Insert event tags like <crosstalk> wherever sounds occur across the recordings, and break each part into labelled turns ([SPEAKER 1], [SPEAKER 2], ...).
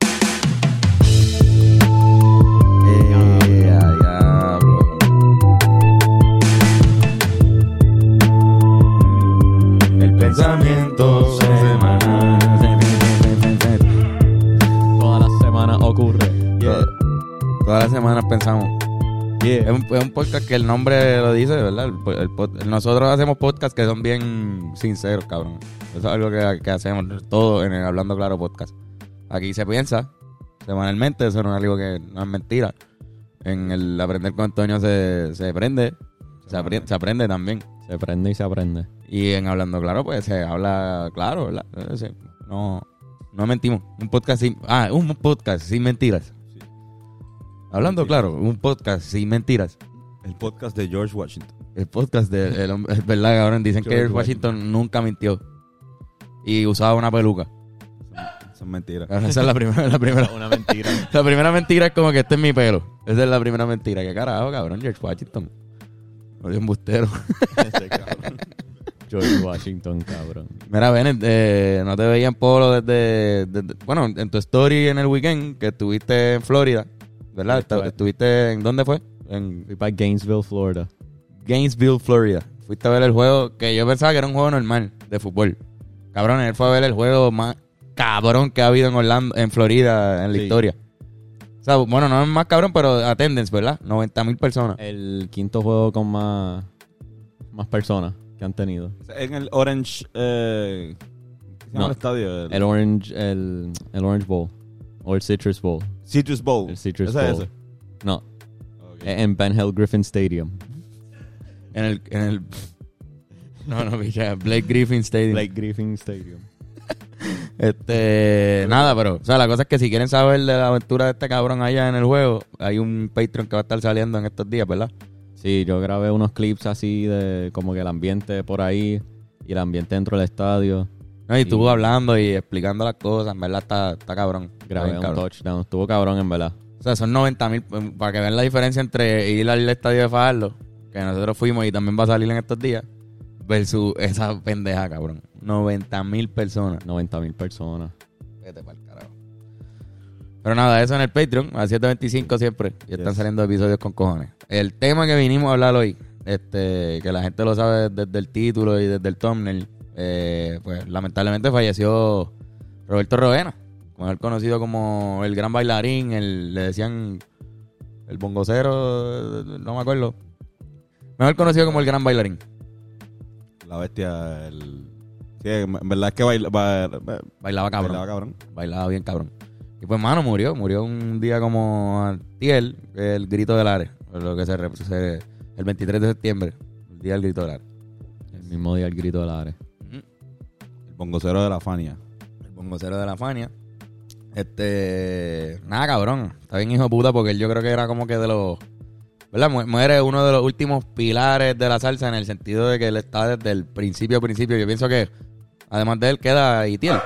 [SPEAKER 1] Eh, Todas las semanas pensamos. Es
[SPEAKER 2] Yeah.
[SPEAKER 1] un, es un podcast que el nombre lo dice, ¿verdad? El po- el pod- nosotros hacemos podcasts que son bien sinceros, cabrón. Eso es algo que, que hacemos todo en el Hablando Claro podcast. Aquí se piensa semanalmente, eso no es algo que no es mentira. En el Aprender con Antonio se, se aprende, se, apri- se aprende también.
[SPEAKER 2] Se prende y se aprende.
[SPEAKER 1] Y en Hablando Claro, pues se habla claro, ¿verdad? Eh, se- No, no mentimos. Un podcast sin. Ah, un podcast sin mentiras.
[SPEAKER 3] Sí.
[SPEAKER 1] Hablando
[SPEAKER 3] Mentira.
[SPEAKER 1] claro, un podcast sin mentiras.
[SPEAKER 3] El podcast de George Washington.
[SPEAKER 1] El podcast de el hombre- es verdad, cabrón. Dicen que
[SPEAKER 3] George
[SPEAKER 1] George Washington nunca mintió. Y usaba una peluca.
[SPEAKER 3] Eso es mentira.
[SPEAKER 1] Cabrón, esa es la primera, la primera.
[SPEAKER 4] Una
[SPEAKER 5] <laughs>
[SPEAKER 4] mentira.
[SPEAKER 1] La primera mentira es como que este es mi pelo. Esa es la primera mentira. ¿Qué carajo, cabrón? George Washington. Oye, embustero. <laughs>
[SPEAKER 4] Ese cabrón.
[SPEAKER 2] George Washington, cabrón.
[SPEAKER 1] Mira, Bennett, eh, no te veía en polo desde, desde- Bueno, en tu story en el weekend que estuviste en Florida, ¿verdad?
[SPEAKER 2] Correcto.
[SPEAKER 1] Estu- Estuviste en. ¿Dónde fue? En
[SPEAKER 2] Fui para Gainesville, Florida.
[SPEAKER 1] Gainesville, Florida. Fuiste a ver el juego que yo pensaba que era un juego normal de fútbol. Cabrón, él fue a ver el juego más cabrón que ha habido en Orlando, en Florida, en la
[SPEAKER 2] Sí.
[SPEAKER 1] historia. O sea, bueno, no es más cabrón, pero attendance, ¿verdad? 90 mil personas.
[SPEAKER 2] El quinto juego con más, más personas que han tenido.
[SPEAKER 3] En el Orange. Eh, ¿Qué se llama
[SPEAKER 2] No.
[SPEAKER 3] el estadio? El,
[SPEAKER 2] El Orange, el, el Orange Bowl. O el Citrus Bowl.
[SPEAKER 3] Citrus Bowl.
[SPEAKER 2] El Citrus
[SPEAKER 3] Uh, Ese es
[SPEAKER 2] Bowl.
[SPEAKER 3] ese.
[SPEAKER 2] No, Eh,
[SPEAKER 3] Ok.
[SPEAKER 2] en Ben Hill Griffin Stadium.
[SPEAKER 1] En el. En el <laughs> no, no, picha, Blake Griffin Stadium.
[SPEAKER 2] Blake Griffin Stadium.
[SPEAKER 1] Este, nada, pero, o sea, la cosa es que si quieren saber de la aventura de este cabrón allá en el juego, hay un Patreon que va a estar saliendo en estos días, ¿verdad?
[SPEAKER 2] Sí, yo grabé unos clips así de como que el ambiente por ahí y el ambiente dentro del estadio.
[SPEAKER 1] No, y tú
[SPEAKER 2] Sí.
[SPEAKER 1] hablando y explicando las cosas, en verdad está, está cabrón. Está
[SPEAKER 2] Grabé
[SPEAKER 1] bien
[SPEAKER 2] un
[SPEAKER 1] cabrón.
[SPEAKER 2] touchdown. Estuvo cabrón, en verdad.
[SPEAKER 1] O sea, son 90 mil, pues, para que vean la diferencia entre ir al estadio de Fajardo, que nosotros fuimos y también va a salir en estos días, versus esa pendeja, cabrón. 90 mil personas.
[SPEAKER 2] 90 mil personas.
[SPEAKER 1] Vete pa'l carajo. Pero nada, eso en el Patreon, a 725 siempre. Y están
[SPEAKER 3] Yes.
[SPEAKER 1] saliendo episodios con cojones. El tema que vinimos a hablar hoy, este, que la gente lo sabe desde el título y desde el thumbnail, eh, pues lamentablemente falleció Roberto Rovena, mejor conocido como el gran bailarín, el, le decían el bongocero, no me acuerdo. Mejor conocido como el gran bailarín.
[SPEAKER 3] La bestia. El... Sí, en verdad es que baila. ba- ba-
[SPEAKER 1] Bailaba cabrón.
[SPEAKER 3] bailaba cabrón.
[SPEAKER 1] Bailaba bien cabrón. Y pues, mano, murió. Murió un día como antier, el grito del Ares. Lo que se, re- se- el 23 de septiembre, el día del grito del Ares.
[SPEAKER 2] El mismo día el grito del área.
[SPEAKER 3] El bongocero de la Fania.
[SPEAKER 1] El bongocero de la Fania. Este. Nada, cabrón. Está bien, hijo de puta, porque él yo creo que era como que de los. ¿Verdad? Mu- Muere uno de los últimos pilares de la salsa en el sentido de que él está desde el principio, principio. Yo pienso que, además de él, queda Itiel.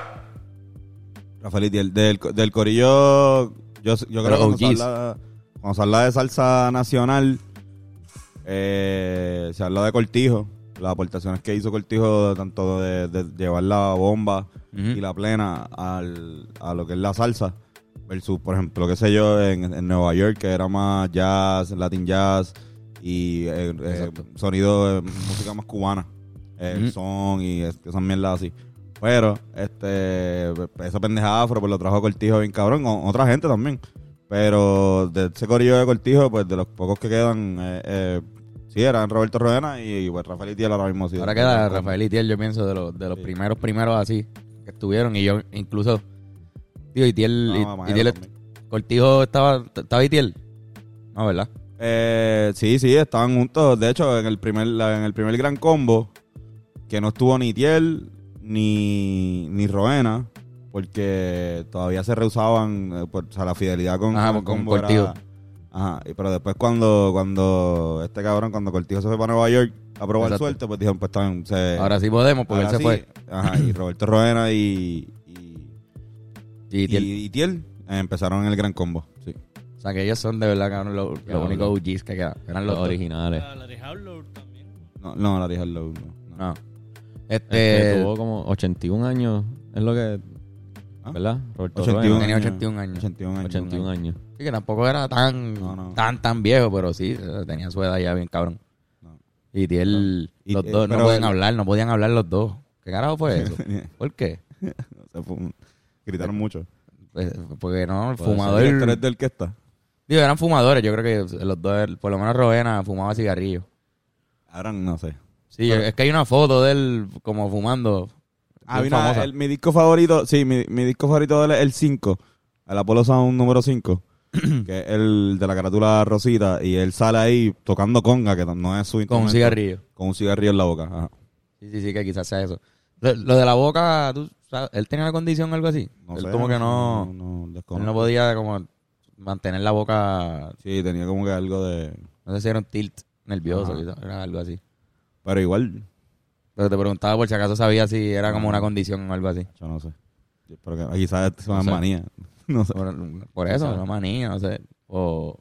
[SPEAKER 3] Rafael Itiel, del, del corillo, yo, yo creo que cuando se,
[SPEAKER 1] OGs.
[SPEAKER 3] habla, cuando se habla de salsa nacional, eh, se habla de Cortijo, las aportaciones que hizo Cortijo, tanto de, de llevar la bomba
[SPEAKER 1] Ujú.
[SPEAKER 3] y la plena al, a lo que es la salsa, versus, por ejemplo, qué sé yo, en, en Nueva York, que era más jazz, latin jazz y eh, eh,
[SPEAKER 1] Exacto.
[SPEAKER 3] sonido, eh, música más cubana, el
[SPEAKER 1] Ujú.
[SPEAKER 3] son y es- esas mierdas así. Pero, este, esa pendejada afro, pues lo trajo Cortijo bien cabrón, con otra gente también. Pero de ese corillo de Cortijo, pues de los pocos que quedan, eh, eh, sí, eran Roberto Rodena y, pues Rafael Itiel ahora mismo. sí.
[SPEAKER 1] Ahora queda Rafael Itiel, yo pienso, de los, de los
[SPEAKER 3] Sí.
[SPEAKER 1] primeros, primeros así que estuvieron. Y yo incluso, tío, Itiel,
[SPEAKER 3] No, Maelo
[SPEAKER 1] Itiel-
[SPEAKER 3] también.
[SPEAKER 1] Cortijo estaba, estaba Itiel. No, ¿verdad?
[SPEAKER 3] Eh, sí, sí, estaban juntos. De hecho, en el primer, la- en el primer gran combo, que no estuvo ni Tiel ni, ni Roena, porque todavía se rehusaban eh, por, o sea, la fidelidad con,
[SPEAKER 1] Ajá,
[SPEAKER 3] con el
[SPEAKER 1] con
[SPEAKER 3] combo era-
[SPEAKER 1] Cortijo.
[SPEAKER 3] Ajá, y- pero después cuando, cuando este cabrón, cuando Cortijo se fue para Nueva York a probar
[SPEAKER 1] Exacto.
[SPEAKER 3] suerte, pues dijeron, pues también se...
[SPEAKER 1] Ahora sí podemos, porque
[SPEAKER 3] ahora
[SPEAKER 1] él se
[SPEAKER 3] sí.
[SPEAKER 1] fue.
[SPEAKER 3] Ajá, y Roberto Roena y, y,
[SPEAKER 1] Y Itiel.
[SPEAKER 3] y- y Tiel eh, empezaron en el gran combo. Sí.
[SPEAKER 1] O sea, que ellos son de verdad, cabrón, los, los
[SPEAKER 2] Cabrón.
[SPEAKER 1] únicos OGs que quedan. Eran
[SPEAKER 2] Los
[SPEAKER 1] los originales.
[SPEAKER 2] originales.
[SPEAKER 5] Ah,
[SPEAKER 4] La de Harlow también.
[SPEAKER 3] No, no, la dije no, no.
[SPEAKER 1] No.
[SPEAKER 2] Este,
[SPEAKER 1] Este,
[SPEAKER 2] tuvo como 81 años, es lo que.
[SPEAKER 3] Ah.
[SPEAKER 2] ¿Verdad? Roberto
[SPEAKER 3] 81
[SPEAKER 2] Rueda,
[SPEAKER 1] tenía
[SPEAKER 3] años.
[SPEAKER 1] 81 años.
[SPEAKER 3] 81 años.
[SPEAKER 2] 81 años.
[SPEAKER 1] Sí, que tampoco era tan,
[SPEAKER 3] No, no.
[SPEAKER 1] tan, tan viejo, pero sí, eh, tenía su edad ya bien cabrón.
[SPEAKER 3] No.
[SPEAKER 1] Y Itiel,
[SPEAKER 3] Y-
[SPEAKER 1] los
[SPEAKER 3] eh,
[SPEAKER 1] dos no
[SPEAKER 3] pero-
[SPEAKER 1] podían hablar, no podían hablar los dos. ¿Qué carajo fue
[SPEAKER 3] <laughs>
[SPEAKER 1] eso? ¿Por qué?
[SPEAKER 3] Se fue un- Gritaron mucho.
[SPEAKER 1] Pues, Porque no, el
[SPEAKER 2] Puede ser.
[SPEAKER 3] Pues,
[SPEAKER 1] fumador.
[SPEAKER 3] ¿El director es del que está?
[SPEAKER 1] Digo, eran fumadores, yo creo que los dos, por lo menos Roena fumaba cigarrillo.
[SPEAKER 3] Ahora no sé.
[SPEAKER 1] Sí, es que hay una foto de él como fumando.
[SPEAKER 3] Ah,
[SPEAKER 1] bien
[SPEAKER 3] mira,
[SPEAKER 1] famosa.
[SPEAKER 3] el- mi disco favorito, sí, mi, mi disco favorito de él es el 5, el Apolo Sound
[SPEAKER 1] <clears throat>
[SPEAKER 3] número 5, que es el de la carátula Rosita, y él sale ahí tocando conga, que no es su
[SPEAKER 1] con un
[SPEAKER 3] instrumento,
[SPEAKER 1] cigarrillo.
[SPEAKER 3] Con un cigarrillo en la boca. ajá.
[SPEAKER 1] Sí, sí, sí, que quizás sea eso. Lo, lo de la boca, ¿tú sabes? ¿él tenía una condición o algo así?
[SPEAKER 3] No
[SPEAKER 1] él
[SPEAKER 3] sé,
[SPEAKER 1] como que no,
[SPEAKER 3] no, no,
[SPEAKER 1] él
[SPEAKER 3] desconozco.
[SPEAKER 1] no podía como mantener la boca,
[SPEAKER 3] Sí, tenía como que algo de...
[SPEAKER 1] no sé si era un tilt nervioso,
[SPEAKER 3] Ajá.
[SPEAKER 1] quizás, era algo así.
[SPEAKER 3] Pero igual,
[SPEAKER 1] Pero te preguntaba por si acaso sabía si era como una condición o algo así.
[SPEAKER 3] yo no sé. Yo espero que- quizás es una
[SPEAKER 1] No sé.
[SPEAKER 3] manía. <laughs> No sé.
[SPEAKER 1] Por, por eso, una manía, no sé. O,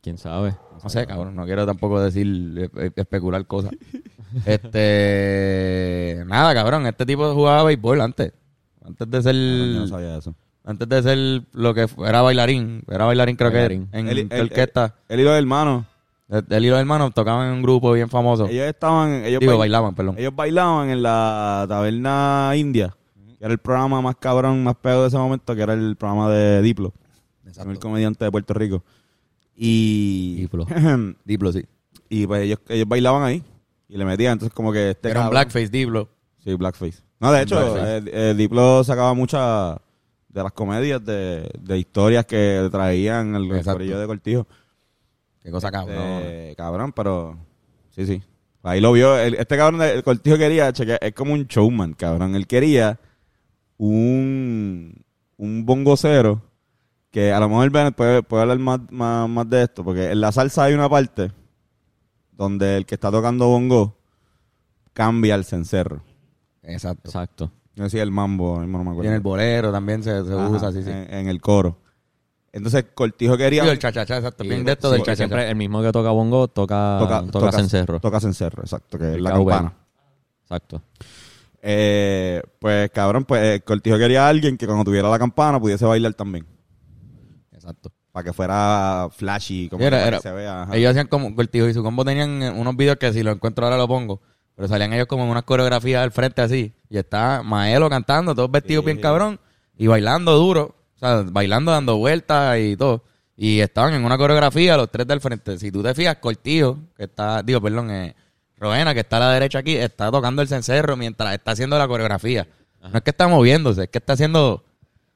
[SPEAKER 2] ¿Quién sabe?
[SPEAKER 1] no sé, cabrón, no quiero tampoco decir, eh, especular cosas. <laughs> este, nada, cabrón, este tipo jugaba béisbol antes. Antes de ser...
[SPEAKER 3] Yo no sabía eso.
[SPEAKER 1] Antes de ser lo que fu- era bailarín, era bailarín creo
[SPEAKER 2] Bailarín.
[SPEAKER 1] que en
[SPEAKER 3] Él- él-
[SPEAKER 1] qué orquesta.
[SPEAKER 3] Él y los hermanos,
[SPEAKER 1] El, el Hilo Hermanos tocaban en un grupo bien famoso.
[SPEAKER 3] ellos estaban... Ellos
[SPEAKER 1] Digo,
[SPEAKER 3] bailaban.
[SPEAKER 1] bailaban, perdón.
[SPEAKER 3] Ellos bailaban en la taberna india, que era el programa más cabrón, más pegado de ese momento, que era el programa de Diplo, el comediante de Puerto Rico. Y.
[SPEAKER 2] Diplo.
[SPEAKER 1] Diplo, sí.
[SPEAKER 3] <laughs> y pues ellos, ellos bailaban ahí y le metían, entonces como que este.
[SPEAKER 1] Era un
[SPEAKER 3] cabrón-
[SPEAKER 1] blackface Diplo.
[SPEAKER 3] Sí, blackface. No, de hecho,
[SPEAKER 1] Blackface.
[SPEAKER 3] eh, eh, Diplo sacaba muchas de las comedias, de, de historias que traían el el
[SPEAKER 1] Exacto.
[SPEAKER 3] corillo de Cortijo.
[SPEAKER 1] Qué cosa cabrón.
[SPEAKER 3] Eh, cabrón, pero. Sí, sí. Ahí lo vio. El- este cabrón, de- el cortijo quería, chequea, es como un showman, cabrón. Él quería un, un bongocero que a lo mejor Bennett puede, puede hablar más, más, más de esto, porque en la salsa hay una parte donde el que está tocando bongo cambia el cencerro.
[SPEAKER 1] Exacto.
[SPEAKER 2] Exacto.
[SPEAKER 3] No sé si el mambo, ahora mismo no me
[SPEAKER 1] Y
[SPEAKER 3] acuerdo.
[SPEAKER 1] en el bolero también se, se
[SPEAKER 3] Ajá, eh,
[SPEAKER 1] usa, sí, sí.
[SPEAKER 3] En, en el coro. Entonces, Cortijo quería...
[SPEAKER 1] Digo, el chachachá, exacto. Bien de esto
[SPEAKER 2] Sí,
[SPEAKER 1] del
[SPEAKER 2] que
[SPEAKER 1] chachachá.
[SPEAKER 2] siempre el mismo que toca bongo toca, toca, cencerro.
[SPEAKER 3] Toca cencerro, exacto, que es
[SPEAKER 2] El
[SPEAKER 3] la
[SPEAKER 2] cowbell.
[SPEAKER 3] campana.
[SPEAKER 2] Exacto.
[SPEAKER 3] Eh, pues cabrón, pues eh, Cortijo quería a alguien que cuando tuviera la campana pudiese bailar también.
[SPEAKER 1] Exacto.
[SPEAKER 3] Para que fuera flashy, como
[SPEAKER 1] Sí, era-
[SPEAKER 3] que
[SPEAKER 1] era-
[SPEAKER 3] se vea. ajá.
[SPEAKER 1] Ellos hacían como, Cortijo y su combo tenían eh, unos videos que si lo encuentro ahora lo pongo. Pero salían ellos como en unas coreografías al frente así. Y está Maelo cantando, todos vestidos bien cabrón. Y bailando duro. O sea, bailando, dando vueltas y todo. Y estaban en una coreografía los tres del frente. Si tú te fijas, Cortijo, que está, digo, perdón, eh, Roena, que está a la derecha aquí, está tocando el cencerro mientras está haciendo la coreografía. No es que está moviéndose, es que está haciendo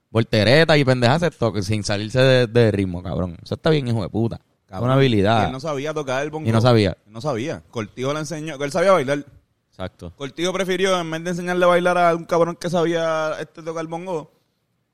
[SPEAKER 1] volteretas y pendejas sin salirse de, de ritmo, cabrón. Eso está bien, hijo de puta. Es
[SPEAKER 3] Cabrón.
[SPEAKER 1] Una
[SPEAKER 3] Y
[SPEAKER 1] habilidad.
[SPEAKER 3] él no sabía tocar el bongo.
[SPEAKER 1] Y no sabía.
[SPEAKER 3] No sabía. Cortijo le enseñó, él sabía bailar.
[SPEAKER 2] Exacto.
[SPEAKER 3] Cortijo prefirió, en vez de enseñarle a bailar a un cabrón que sabía este tocar bongo,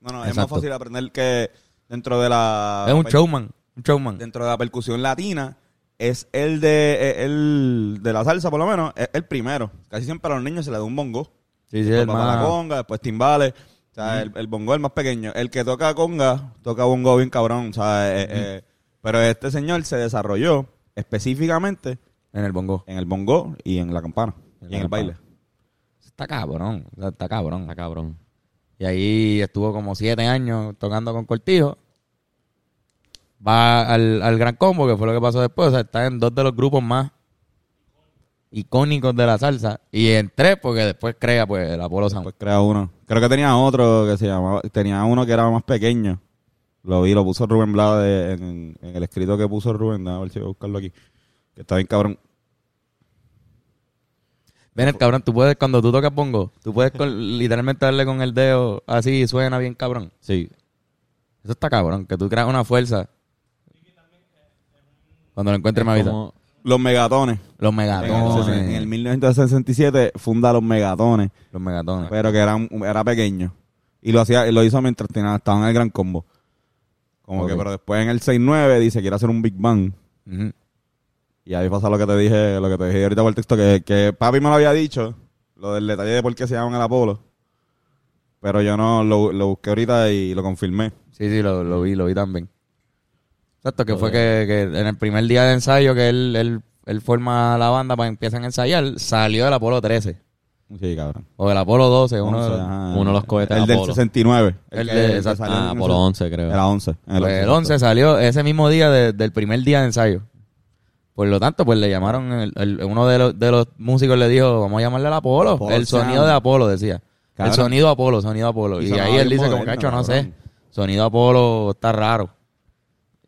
[SPEAKER 3] no, no, es más
[SPEAKER 1] Exacto.
[SPEAKER 3] fácil aprender que dentro de la...
[SPEAKER 1] es un showman. Un showman.
[SPEAKER 3] Dentro de la percusión latina, es el de, eh, el de la salsa, por lo menos, es el primero. Casi siempre a los niños se le da un bongo.
[SPEAKER 1] Sí, sí,
[SPEAKER 3] Después
[SPEAKER 1] el
[SPEAKER 3] va para la
[SPEAKER 1] más-
[SPEAKER 3] conga, después timbales. O sea, el, el bongo es el más pequeño. El que toca conga, toca bongo bien cabrón. O sea, eh, eh, pero este señor se desarrolló específicamente
[SPEAKER 1] en el bongo.
[SPEAKER 3] en el bongo y en la campana.
[SPEAKER 1] En la
[SPEAKER 3] y en el
[SPEAKER 1] campana.
[SPEAKER 3] baile.
[SPEAKER 1] Está cabrón. o sea, Está cabrón.
[SPEAKER 2] Está cabrón.
[SPEAKER 1] Y ahí estuvo como siete años tocando con Cortijo. Va al, al Gran Combo, que fue lo que pasó después. O sea, está en dos de los grupos más icónicos de la salsa. Y en tres, porque después crea pues el Apolo San
[SPEAKER 3] Pues crea uno. Creo que tenía otro que se llamaba... Tenía uno que era más pequeño. Lo vi, lo puso Rubén Blades en, en el escrito que puso Rubén. Déjame ver si voy a buscarlo aquí. Que está bien cabrón.
[SPEAKER 1] Ven, el cabrón, tú puedes, cuando tú tocas bongo, tú puedes con- <laughs> literalmente darle con el dedo así y suena bien cabrón.
[SPEAKER 2] Sí.
[SPEAKER 1] Eso está cabrón, que tú creas una fuerza. Cuando lo encuentres me
[SPEAKER 2] Es
[SPEAKER 1] avisa.
[SPEAKER 2] como-
[SPEAKER 3] Los megatones.
[SPEAKER 1] Los
[SPEAKER 3] En el
[SPEAKER 1] megatones.
[SPEAKER 3] sesen- en el 1967 funda los megatones.
[SPEAKER 1] Los megatones.
[SPEAKER 3] pero que era, un- era pequeño. Y lo hacía, lo hizo mientras tenía- estaba en el gran combo. Como que,
[SPEAKER 1] Ok.
[SPEAKER 3] pero después en el 6-9 dice quiere hacer un Big Bang.
[SPEAKER 1] Ujú.
[SPEAKER 3] Y ahí pasa lo que te dije, lo que te dije ahorita por el texto, que, que papi me lo había dicho, lo del detalle de por qué se llaman el Apolo. Pero yo no lo, lo busqué ahorita y lo confirmé.
[SPEAKER 1] Sí, sí, lo, lo vi, lo vi también. Exacto, que fue que, que en el primer día de ensayo que él, él, él forma la banda para que empiecen a ensayar, salió del Apolo 13.
[SPEAKER 3] Sí, cabrón.
[SPEAKER 1] O del Apolo 12, uno de
[SPEAKER 3] Once,
[SPEAKER 1] los-
[SPEAKER 3] ajá.
[SPEAKER 2] uno de los cohetes
[SPEAKER 3] El del
[SPEAKER 2] Apolo.
[SPEAKER 3] 69.
[SPEAKER 1] El
[SPEAKER 3] que-
[SPEAKER 1] de-
[SPEAKER 3] que
[SPEAKER 1] exacto.
[SPEAKER 3] salió en
[SPEAKER 2] Ah,
[SPEAKER 3] el-
[SPEAKER 2] Apolo 11, creo.
[SPEAKER 3] Era 11. en
[SPEAKER 1] Pues el 11 salió ese mismo día de- del primer día de ensayo. Por lo tanto, pues le llamaron, el- el- uno de los, de los músicos le dijo, vamos a llamarle al Apolo.
[SPEAKER 3] Apolo
[SPEAKER 1] el
[SPEAKER 3] Sound.
[SPEAKER 1] sonido de Apolo, decía.
[SPEAKER 3] Cabrón.
[SPEAKER 1] El sonido Apolo, sonido Apolo.
[SPEAKER 3] Y
[SPEAKER 1] Y,
[SPEAKER 3] sonaba
[SPEAKER 1] ahí él
[SPEAKER 3] bien
[SPEAKER 1] dice, como
[SPEAKER 3] moderno,
[SPEAKER 1] cacho, no
[SPEAKER 3] cabrón.
[SPEAKER 1] sé, sonido Apolo está raro.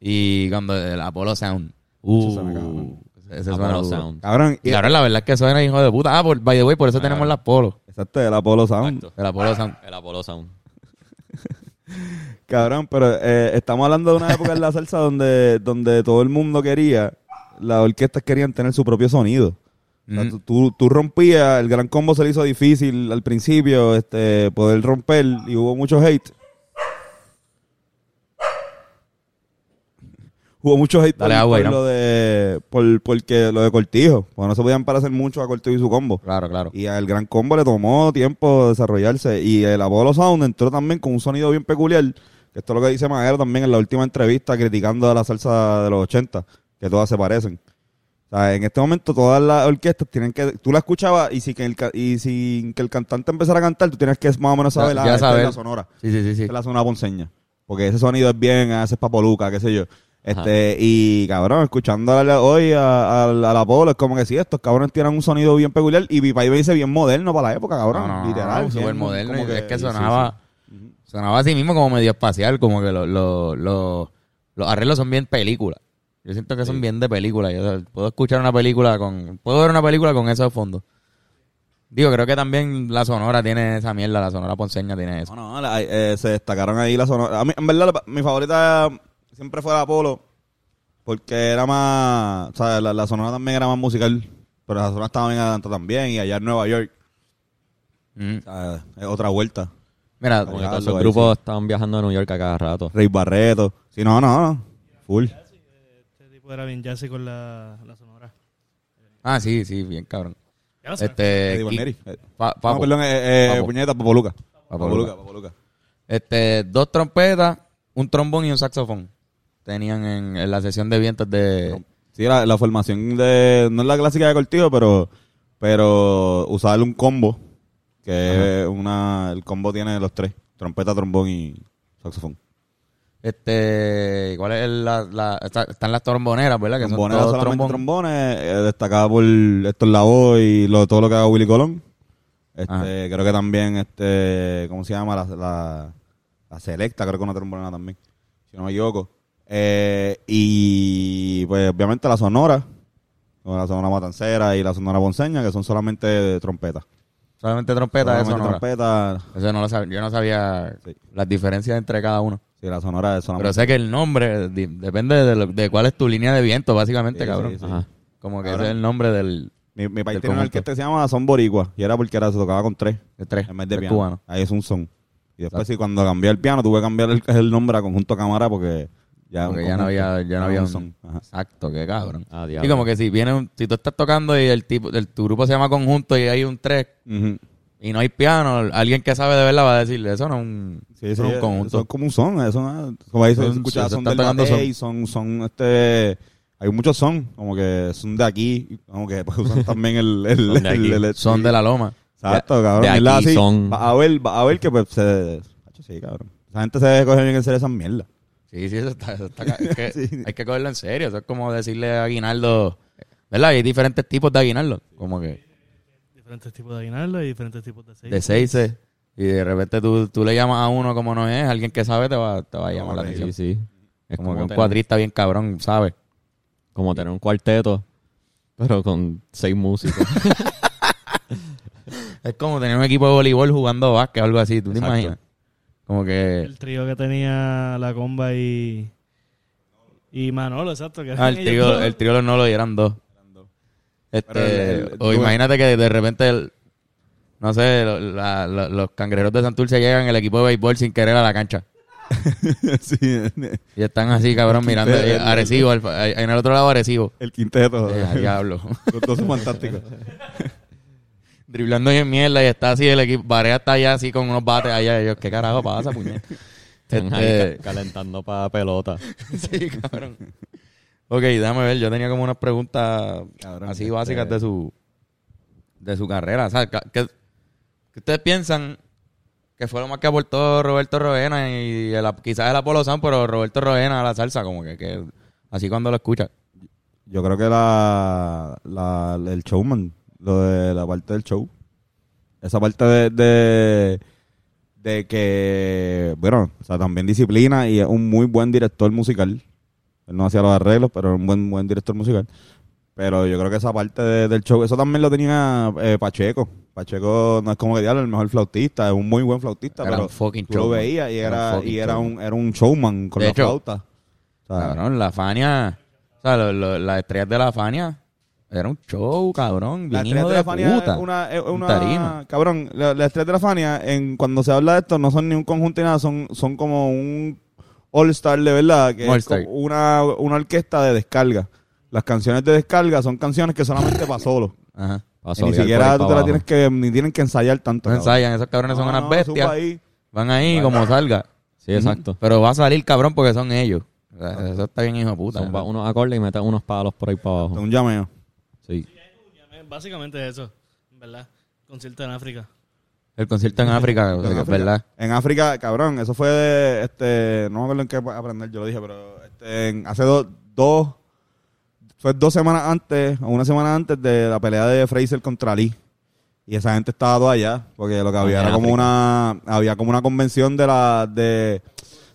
[SPEAKER 1] Y cuando el Apollo Sound.
[SPEAKER 3] Eso suena cabrón.
[SPEAKER 1] Uh, ese ese suena
[SPEAKER 2] Apollo
[SPEAKER 1] duro.
[SPEAKER 2] Sound.
[SPEAKER 3] Cabrón, y-
[SPEAKER 1] Y ahora la verdad es que suena hijo de puta. Ah, por, by the way, por eso tenemos el Apollo.
[SPEAKER 3] exacto, el Apolo Sound.
[SPEAKER 2] Exacto.
[SPEAKER 1] El Apollo Sound.
[SPEAKER 2] Ah, El Apollo Sound.
[SPEAKER 3] Cabrón, pero eh, estamos hablando de
[SPEAKER 1] <laughs>
[SPEAKER 3] una época en la salsa donde, donde todo el mundo quería, las orquestas querían tener su propio sonido. O sea,
[SPEAKER 1] Mm.
[SPEAKER 3] tú, tú- tú rompías, el gran combo se le hizo difícil al principio, este, poder romper y hubo mucho hate. Hubo mucho hate
[SPEAKER 1] Dale agua, Irán.
[SPEAKER 3] lo de, por, porque lo de Cortijo, porque no se podían parecer mucho a Cortijo y su combo.
[SPEAKER 1] Claro, claro.
[SPEAKER 3] Y al Gran Combo le tomó tiempo desarrollarse. Y el Apollo Sound entró también con un sonido bien peculiar. Que esto es lo que dice Madero también en la última entrevista criticando a la salsa de los 80, que todas se parecen. O sea, en este momento todas las orquestas tienen que... Tú la escuchabas y, si que el, ca- y sin que el cantante empezara a cantar, tú tienes que más o menos
[SPEAKER 1] Ya-
[SPEAKER 3] saber ah,
[SPEAKER 1] ya
[SPEAKER 3] esta es
[SPEAKER 1] saber.
[SPEAKER 3] la sonora.
[SPEAKER 1] Sí, sí, sí. sí.
[SPEAKER 3] Esta es la sonora ponceña. Porque ese sonido es bien, ese es papoluca, qué sé yo. Este, y cabrón, escuchando a la- hoy a- a- al al Apolo, es como que sí, estos cabrones tienen un sonido bien peculiar y Vipa me dice bien moderno para la época, cabrón.
[SPEAKER 1] No, no,
[SPEAKER 3] literal.
[SPEAKER 1] no,
[SPEAKER 3] bien
[SPEAKER 1] súper moderno.
[SPEAKER 3] como
[SPEAKER 1] y es que
[SPEAKER 3] sí, sí,
[SPEAKER 1] sonaba, sonaba así mismo como medio espacial, como que lo- lo- lo- los arreglos son bien película. Yo siento que son bien de película. Yo puedo escuchar una película con, puedo ver una película con eso de fondo. Digo, creo que también la sonora tiene esa mierda, la sonora ponceña tiene
[SPEAKER 3] sí.
[SPEAKER 1] eso.
[SPEAKER 3] No, no, la- eh, se destacaron ahí la sonora. A mí, en verdad, la- mi favorita siempre fue la Apolo porque era más. O sea, la, la sonora también era más musical, pero la sonora estaba bien adelantada también y allá en Nueva York.
[SPEAKER 1] Mm.
[SPEAKER 3] o sea, es otra vuelta.
[SPEAKER 1] Mira,
[SPEAKER 2] Como
[SPEAKER 3] Ahí
[SPEAKER 2] que todos
[SPEAKER 3] algo
[SPEAKER 2] esos
[SPEAKER 3] ahí,
[SPEAKER 2] grupos estaban viajando a New York a cada rato.
[SPEAKER 3] Rey Barreto. Sí, no, no, no. Full.
[SPEAKER 1] Eh,
[SPEAKER 5] Este tipo era bien jazzy con la, la sonora.
[SPEAKER 1] ah, sí, sí, bien cabrón.
[SPEAKER 5] Ya lo sabes.
[SPEAKER 1] Este,
[SPEAKER 3] Eddie
[SPEAKER 1] Ki-
[SPEAKER 3] Palmieri. Eh,
[SPEAKER 1] Pa-
[SPEAKER 3] No,
[SPEAKER 1] Papo.
[SPEAKER 3] perdón, eh, eh,
[SPEAKER 1] Papo.
[SPEAKER 3] puñeta, Papoluca.
[SPEAKER 1] Papoluca.
[SPEAKER 3] Papoluca, Papoluca.
[SPEAKER 1] Este, dos trompetas, un trombón y un saxofón. Tenían en, en la sesión de vientos de...
[SPEAKER 3] Sí, la, la formación de. No es la clásica de Cortijo, pero. Pero usar un combo. Que es una. El combo tiene los tres: trompeta, trombón y saxofón.
[SPEAKER 1] Este, ¿cuál es el- la, la- está- están las tromboneras, ¿verdad? Que
[SPEAKER 3] Trombones,
[SPEAKER 1] son todos
[SPEAKER 3] solamente
[SPEAKER 1] trombón.
[SPEAKER 3] trombones. eh, destacada por Héctor Lavoe y lo, todo lo que haga Willy Colón.
[SPEAKER 1] Ajá.
[SPEAKER 3] Este, creo que también, este, ¿cómo se llama? La, la, la selecta, creo que una trombonera también, si no me equivoco. Eh, y pues obviamente la sonora, como la sonora matancera y la sonora ponceña, que son solamente trompetas.
[SPEAKER 1] solamente trompetas, eso
[SPEAKER 3] Solamente
[SPEAKER 1] no.
[SPEAKER 3] trompetas.
[SPEAKER 1] Eso no lo sabía, yo no sabía
[SPEAKER 3] Sí.
[SPEAKER 1] las diferencias entre cada uno.
[SPEAKER 3] Sí, la sonora es
[SPEAKER 1] Pero
[SPEAKER 3] solamente.
[SPEAKER 1] sé que el nombre di- depende de, lo- de cuál es tu línea de viento, básicamente,
[SPEAKER 3] Sí,
[SPEAKER 1] cabrón.
[SPEAKER 3] sí, sí.
[SPEAKER 2] Ajá.
[SPEAKER 1] Como que
[SPEAKER 3] Cabrón.
[SPEAKER 1] ese es el nombre del,
[SPEAKER 3] mi, mi país
[SPEAKER 1] del
[SPEAKER 3] tiene una
[SPEAKER 1] conjunto.
[SPEAKER 3] orquesta que se llama Son Boricua, y era porque era, se tocaba con tres.
[SPEAKER 1] de tres,
[SPEAKER 3] En vez de
[SPEAKER 1] tres
[SPEAKER 3] piano.
[SPEAKER 1] cubanos.
[SPEAKER 3] Ahí es un son. Y después, sí, cuando cambié el piano, tuve que cambiar el, el nombre a conjunto cámara porque ya,
[SPEAKER 1] Porque
[SPEAKER 3] un
[SPEAKER 1] ya no
[SPEAKER 3] conjunto,
[SPEAKER 1] había, ya no
[SPEAKER 3] era
[SPEAKER 1] había un
[SPEAKER 3] son. Ajá.
[SPEAKER 1] Exacto, qué cabrón.
[SPEAKER 2] Ah,
[SPEAKER 1] y
[SPEAKER 2] diablo.
[SPEAKER 1] como que si viene un- si tú estás tocando y el tipo, el, tu grupo se llama conjunto y hay un tres
[SPEAKER 3] Ujú.
[SPEAKER 1] y no hay piano, alguien que sabe de verdad va a decirle, eso no es un,
[SPEAKER 3] Sí,
[SPEAKER 1] eso
[SPEAKER 3] sí,
[SPEAKER 1] no es
[SPEAKER 3] eh,
[SPEAKER 1] un conjunto.
[SPEAKER 3] Son como un son. eh, son, ah, como ahí se
[SPEAKER 1] Son-
[SPEAKER 3] escucha,
[SPEAKER 1] se
[SPEAKER 3] son
[SPEAKER 1] están
[SPEAKER 3] del
[SPEAKER 1] tocando
[SPEAKER 3] Mate y son, son este. Hay muchos son, como que son de aquí, y como que pues, usan también el. el,
[SPEAKER 2] Son de
[SPEAKER 3] <laughs> el-
[SPEAKER 2] aquí.
[SPEAKER 3] el- el-
[SPEAKER 1] Son de la loma.
[SPEAKER 3] Exacto,
[SPEAKER 2] de-
[SPEAKER 3] cabrón.
[SPEAKER 2] de
[SPEAKER 3] es la-
[SPEAKER 2] aquí
[SPEAKER 3] sí,
[SPEAKER 2] son.
[SPEAKER 3] va a ver, va a ver que pues se. Hacho, Sí, cabrón. Esa gente se coge bien en serio esas mierdas. <laughs>
[SPEAKER 1] Sí, sí, eso está. eso está ca- es <laughs> que
[SPEAKER 3] Sí.
[SPEAKER 1] Hay que cogerlo en serio. Eso es como decirle a Aguinaldo. ¿Verdad? Y Hay diferentes tipos de Aguinaldo. Como que
[SPEAKER 5] Diferentes tipos de aguinaldo y diferentes tipos de seis.
[SPEAKER 1] de seis Y de repente tú, tú le llamas a uno como no es. Alguien que sabe te va, te va a llamar la
[SPEAKER 3] Como
[SPEAKER 1] atención.
[SPEAKER 2] Sí, sí. Es
[SPEAKER 1] Como,
[SPEAKER 2] como,
[SPEAKER 1] que un
[SPEAKER 2] tener-
[SPEAKER 1] cuadrista bien cabrón, ¿sabes?
[SPEAKER 2] como tener un cuarteto, pero con seis músicos.
[SPEAKER 1] Es como tener un equipo de voleibol jugando básquet o algo así. ¿Tú te
[SPEAKER 2] Exacto.
[SPEAKER 1] imaginas? Como que.
[SPEAKER 5] El trío que tenía la comba y. Y Manolo, exacto. Que
[SPEAKER 1] Ah, el
[SPEAKER 5] eran ellos
[SPEAKER 1] trío,
[SPEAKER 5] dos.
[SPEAKER 1] el trío no lo eran dos.
[SPEAKER 3] Pero el-
[SPEAKER 1] Este,
[SPEAKER 3] el-
[SPEAKER 1] o
[SPEAKER 3] tú-
[SPEAKER 1] imagínate que de repente, el- no sé, lo- la- lo- los cangrejeros de Santurce llegan el equipo de béisbol sin querer a la cancha.
[SPEAKER 3] sí, el
[SPEAKER 1] Y están así, cabrón, mirando.
[SPEAKER 3] el-
[SPEAKER 1] eh, Arecibo, al- eh, en el otro lado Arecibo.
[SPEAKER 3] quinteto.
[SPEAKER 1] Eh, a diablo. <laughs>
[SPEAKER 3] Los dos son fantásticos.
[SPEAKER 1] Driblando en mierda y está así el equipo. Barea está allá así con unos bates allá. Ellos, ¿qué carajo pasa, puñet?
[SPEAKER 2] Están ahí
[SPEAKER 1] Este,
[SPEAKER 2] ca- calentando para pelota.
[SPEAKER 1] sí, cabrón. Ok, déjame ver. Yo tenía como unas preguntas
[SPEAKER 3] Cabrón,
[SPEAKER 1] así
[SPEAKER 3] este-
[SPEAKER 1] básicas de su de su carrera. O sea, ca- ¿qué, qué ustedes piensan que fue lo más que aportó Roberto Roena y el, quizás el Apolo San, pero Roberto Roena a la salsa? Como que, que así cuando lo escuchas.
[SPEAKER 3] Yo creo que la, la- el showman, lo de la parte del show. Esa parte de, de, de que, bueno, o sea, también disciplina y es un muy buen director musical. Él no hacía los arreglos, pero era un buen, buen director musical. Pero yo creo que esa parte de- del show, eso también lo tenía eh, Pacheco. Pacheco no es como que diablo, el mejor flautista, es un muy buen flautista,
[SPEAKER 1] Era
[SPEAKER 3] pero
[SPEAKER 1] un fucking
[SPEAKER 3] tú lo
[SPEAKER 1] showman.
[SPEAKER 3] veías y
[SPEAKER 1] Era
[SPEAKER 3] era,
[SPEAKER 1] un fucking
[SPEAKER 3] y era
[SPEAKER 1] showman.
[SPEAKER 3] un, era un showman con
[SPEAKER 1] De
[SPEAKER 3] la
[SPEAKER 1] hecho,
[SPEAKER 3] flauta. O sea,
[SPEAKER 1] Cabrón, la Fania. O sea, lo- lo- las estrellas de la Fania. Era un show, cabrón.
[SPEAKER 3] La
[SPEAKER 1] Bien hijo
[SPEAKER 3] estrella de
[SPEAKER 1] de,
[SPEAKER 3] la Fania
[SPEAKER 1] puta.
[SPEAKER 3] es una, es
[SPEAKER 1] Un
[SPEAKER 3] una-
[SPEAKER 1] tarima.
[SPEAKER 3] cabrón, la, la estrella de la Fania, en, cuando se habla de esto, no son ni un conjunto ni nada, son, son como un all-star de verdad, que es
[SPEAKER 1] All-star.
[SPEAKER 3] como una, una orquesta de descarga. Las canciones de descarga son canciones que solamente para solo.
[SPEAKER 1] Ajá.
[SPEAKER 2] Pa'
[SPEAKER 3] Y ni
[SPEAKER 2] solear por
[SPEAKER 3] siquiera tú
[SPEAKER 2] ahí
[SPEAKER 3] te
[SPEAKER 2] pa'
[SPEAKER 3] la
[SPEAKER 2] abajo.
[SPEAKER 3] tienes que, ni tienen que ensayar tanto.
[SPEAKER 1] No
[SPEAKER 3] cabrón.
[SPEAKER 1] ensayan, esos cabrones son
[SPEAKER 3] No,
[SPEAKER 1] unas
[SPEAKER 3] no,
[SPEAKER 1] bestias.
[SPEAKER 3] zumba ahí.
[SPEAKER 1] Van ahí como salga.
[SPEAKER 2] Sí, exacto.
[SPEAKER 1] Pero va a salir cabrón porque son ellos. O sea, eso está bien hijo de puta.
[SPEAKER 2] Zumba unos acordes y metes unos palos por ahí para abajo.
[SPEAKER 3] Un llameo.
[SPEAKER 2] Sí.
[SPEAKER 4] Básicamente es eso, en ¿verdad? Concierto en África.
[SPEAKER 1] El concierto en África, o sea, que es verdad.
[SPEAKER 3] En África, cabrón, eso fue de, este, no me acuerdo en qué aprender, yo lo dije, pero este, en- hace dos, dos, fue dos semanas antes, o una semana antes de la pelea de Fraser contra Lee. Y esa gente estaba toda allá, porque lo que había
[SPEAKER 1] en
[SPEAKER 3] era como
[SPEAKER 1] África.
[SPEAKER 3] una, había como una convención de la, de,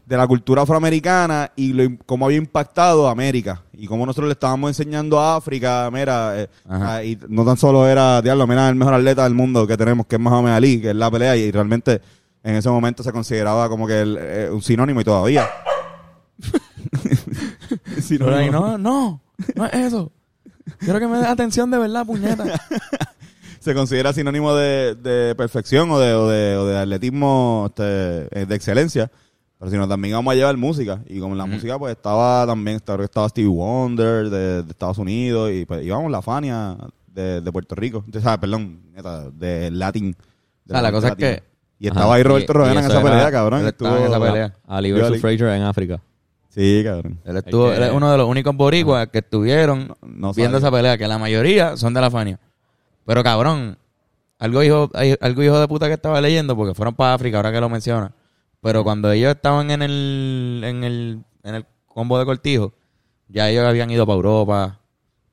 [SPEAKER 3] de la cultura afroamericana y lo, im- cómo había impactado a América. Y cómo nosotros le estábamos enseñando a África, mira, eh,
[SPEAKER 1] Ajá.
[SPEAKER 3] ah, y no tan solo era, diablo, mira, el mejor atleta del mundo que tenemos, que es Mohamed Ali, que es la pelea, y realmente en ese momento se consideraba como que el, eh, un sinónimo y todavía.
[SPEAKER 1] Pero ahí, no, no, no es eso. Quiero que me des atención de verdad, puñeta.
[SPEAKER 3] se considera sinónimo de, de perfección o de, o de, o de atletismo este, eh, de excelencia. Pero sino también vamos a llevar música. Y como la música, pues estaba también, estaba, estaba Stevie Wonder de, de Estados Unidos y pues íbamos la Fania de, de Puerto Rico. De, o sea, perdón, neta, de Latin.
[SPEAKER 1] O sea, la cosa es
[SPEAKER 3] Latin.
[SPEAKER 1] que-
[SPEAKER 3] Y estaba
[SPEAKER 2] Ajá.
[SPEAKER 3] ahí
[SPEAKER 1] Y-
[SPEAKER 3] Roberto
[SPEAKER 1] y
[SPEAKER 3] Rodena en
[SPEAKER 1] eso
[SPEAKER 3] esa
[SPEAKER 1] era-
[SPEAKER 3] pelea, cabrón.
[SPEAKER 1] él estaba en esa pelea. Ah,
[SPEAKER 2] Ali versus
[SPEAKER 3] Ali.
[SPEAKER 2] Frazier en África.
[SPEAKER 3] Sí, cabrón.
[SPEAKER 1] <laughs> Él, estuvo,
[SPEAKER 2] que-
[SPEAKER 1] él es uno de los únicos boricuas que estuvieron viendo
[SPEAKER 3] no sabía.
[SPEAKER 1] esa pelea, que la mayoría son de la Fania. Pero cabrón, algo hijo, hay- algo hijo de puta que estaba leyendo, porque fueron para África, ahora que lo menciona. Pero cuando ellos estaban en el, en el, en el combo de cortijo, ya ellos habían ido para Europa,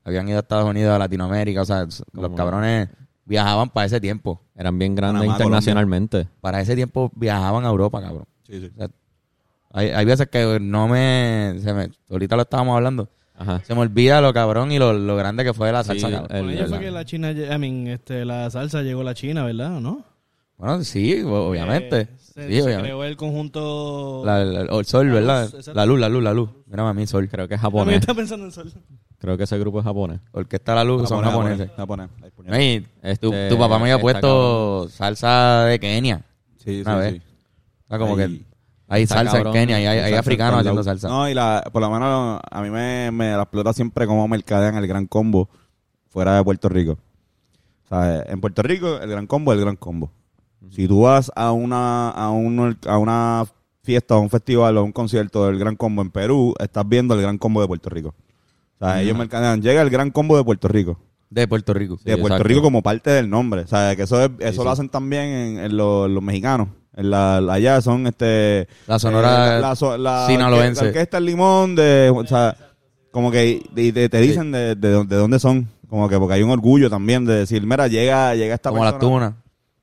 [SPEAKER 1] habían ido a Estados Unidos, a Latinoamérica, o sea, los
[SPEAKER 2] Como-
[SPEAKER 1] cabrones viajaban para ese tiempo.
[SPEAKER 2] Eran bien grandes
[SPEAKER 3] Panamá,
[SPEAKER 2] internacionalmente.
[SPEAKER 1] Para ese tiempo viajaban a Europa, cabrón. O sea, hay, hay veces que no me, se me... Ahorita lo estábamos hablando.
[SPEAKER 2] Ajá.
[SPEAKER 1] Se me olvida lo cabrón y lo, lo grande que fue la
[SPEAKER 2] Ah. Sí,
[SPEAKER 1] salsa, cabrón.
[SPEAKER 2] el-
[SPEAKER 5] Con ellos
[SPEAKER 2] el-
[SPEAKER 5] fue que la China, lle- I mean, este, la salsa llegó a la China, ¿verdad? ¿O no?
[SPEAKER 1] Bueno, sí, o- obviamente.
[SPEAKER 5] Eh, se,
[SPEAKER 1] sí,
[SPEAKER 5] se
[SPEAKER 1] obviamente.
[SPEAKER 5] creó el conjunto...
[SPEAKER 1] La- la- el sol,
[SPEAKER 5] La luz,
[SPEAKER 1] ¿verdad?
[SPEAKER 5] exacto.
[SPEAKER 1] la luz, la luz, la luz. Mira, mí sol.
[SPEAKER 2] Creo que es
[SPEAKER 5] También
[SPEAKER 2] japonés.
[SPEAKER 5] está pensando en salsa.
[SPEAKER 2] Creo que ese grupo es
[SPEAKER 3] <laughs>
[SPEAKER 2] japonés.
[SPEAKER 1] Orquesta la luz, son japoneses.
[SPEAKER 3] Japonés. Ay, puñeta.
[SPEAKER 1] Ey,
[SPEAKER 2] Este,
[SPEAKER 1] tu, tu papá me había
[SPEAKER 2] está
[SPEAKER 1] puesto salsa de Kenia.
[SPEAKER 3] Sí,
[SPEAKER 1] Una vez. O sea, Ah, como
[SPEAKER 3] Ahí.
[SPEAKER 1] que hay
[SPEAKER 2] Está
[SPEAKER 1] salsa
[SPEAKER 2] cabrón.
[SPEAKER 1] en Kenia y hay, hay
[SPEAKER 3] Salsa
[SPEAKER 1] africanos
[SPEAKER 3] está al
[SPEAKER 1] haciendo
[SPEAKER 3] lado.
[SPEAKER 1] salsa.
[SPEAKER 3] No, y la, por lo menos a mí me, me la explota siempre cómo mercadean el gran combo fuera de Puerto Rico. O sea, en Puerto Rico, el gran combo es el gran combo. Si tú vas a una, a, un- a una fiesta, a un festival o a un concierto del gran combo en Perú, estás viendo el gran combo de Puerto Rico. O sea, ellos mercadean, llega el gran combo de Puerto Rico
[SPEAKER 1] De Puerto Rico.
[SPEAKER 3] de Puerto
[SPEAKER 2] exacto.
[SPEAKER 3] Rico como parte del nombre. O sea, que eso, es- eso
[SPEAKER 2] sí.
[SPEAKER 3] lo hacen también en, en los, los mexicanos. En la, la- allá son este.
[SPEAKER 1] La sonora
[SPEAKER 3] so-
[SPEAKER 1] sinaloense.
[SPEAKER 3] La orquesta El Limón, de, o sea, como que y te, te dicen de, de dó- de dónde son. Como que porque hay un orgullo también de decir, mira, llega, llega esta
[SPEAKER 1] Como
[SPEAKER 3] persona.
[SPEAKER 1] las tunas.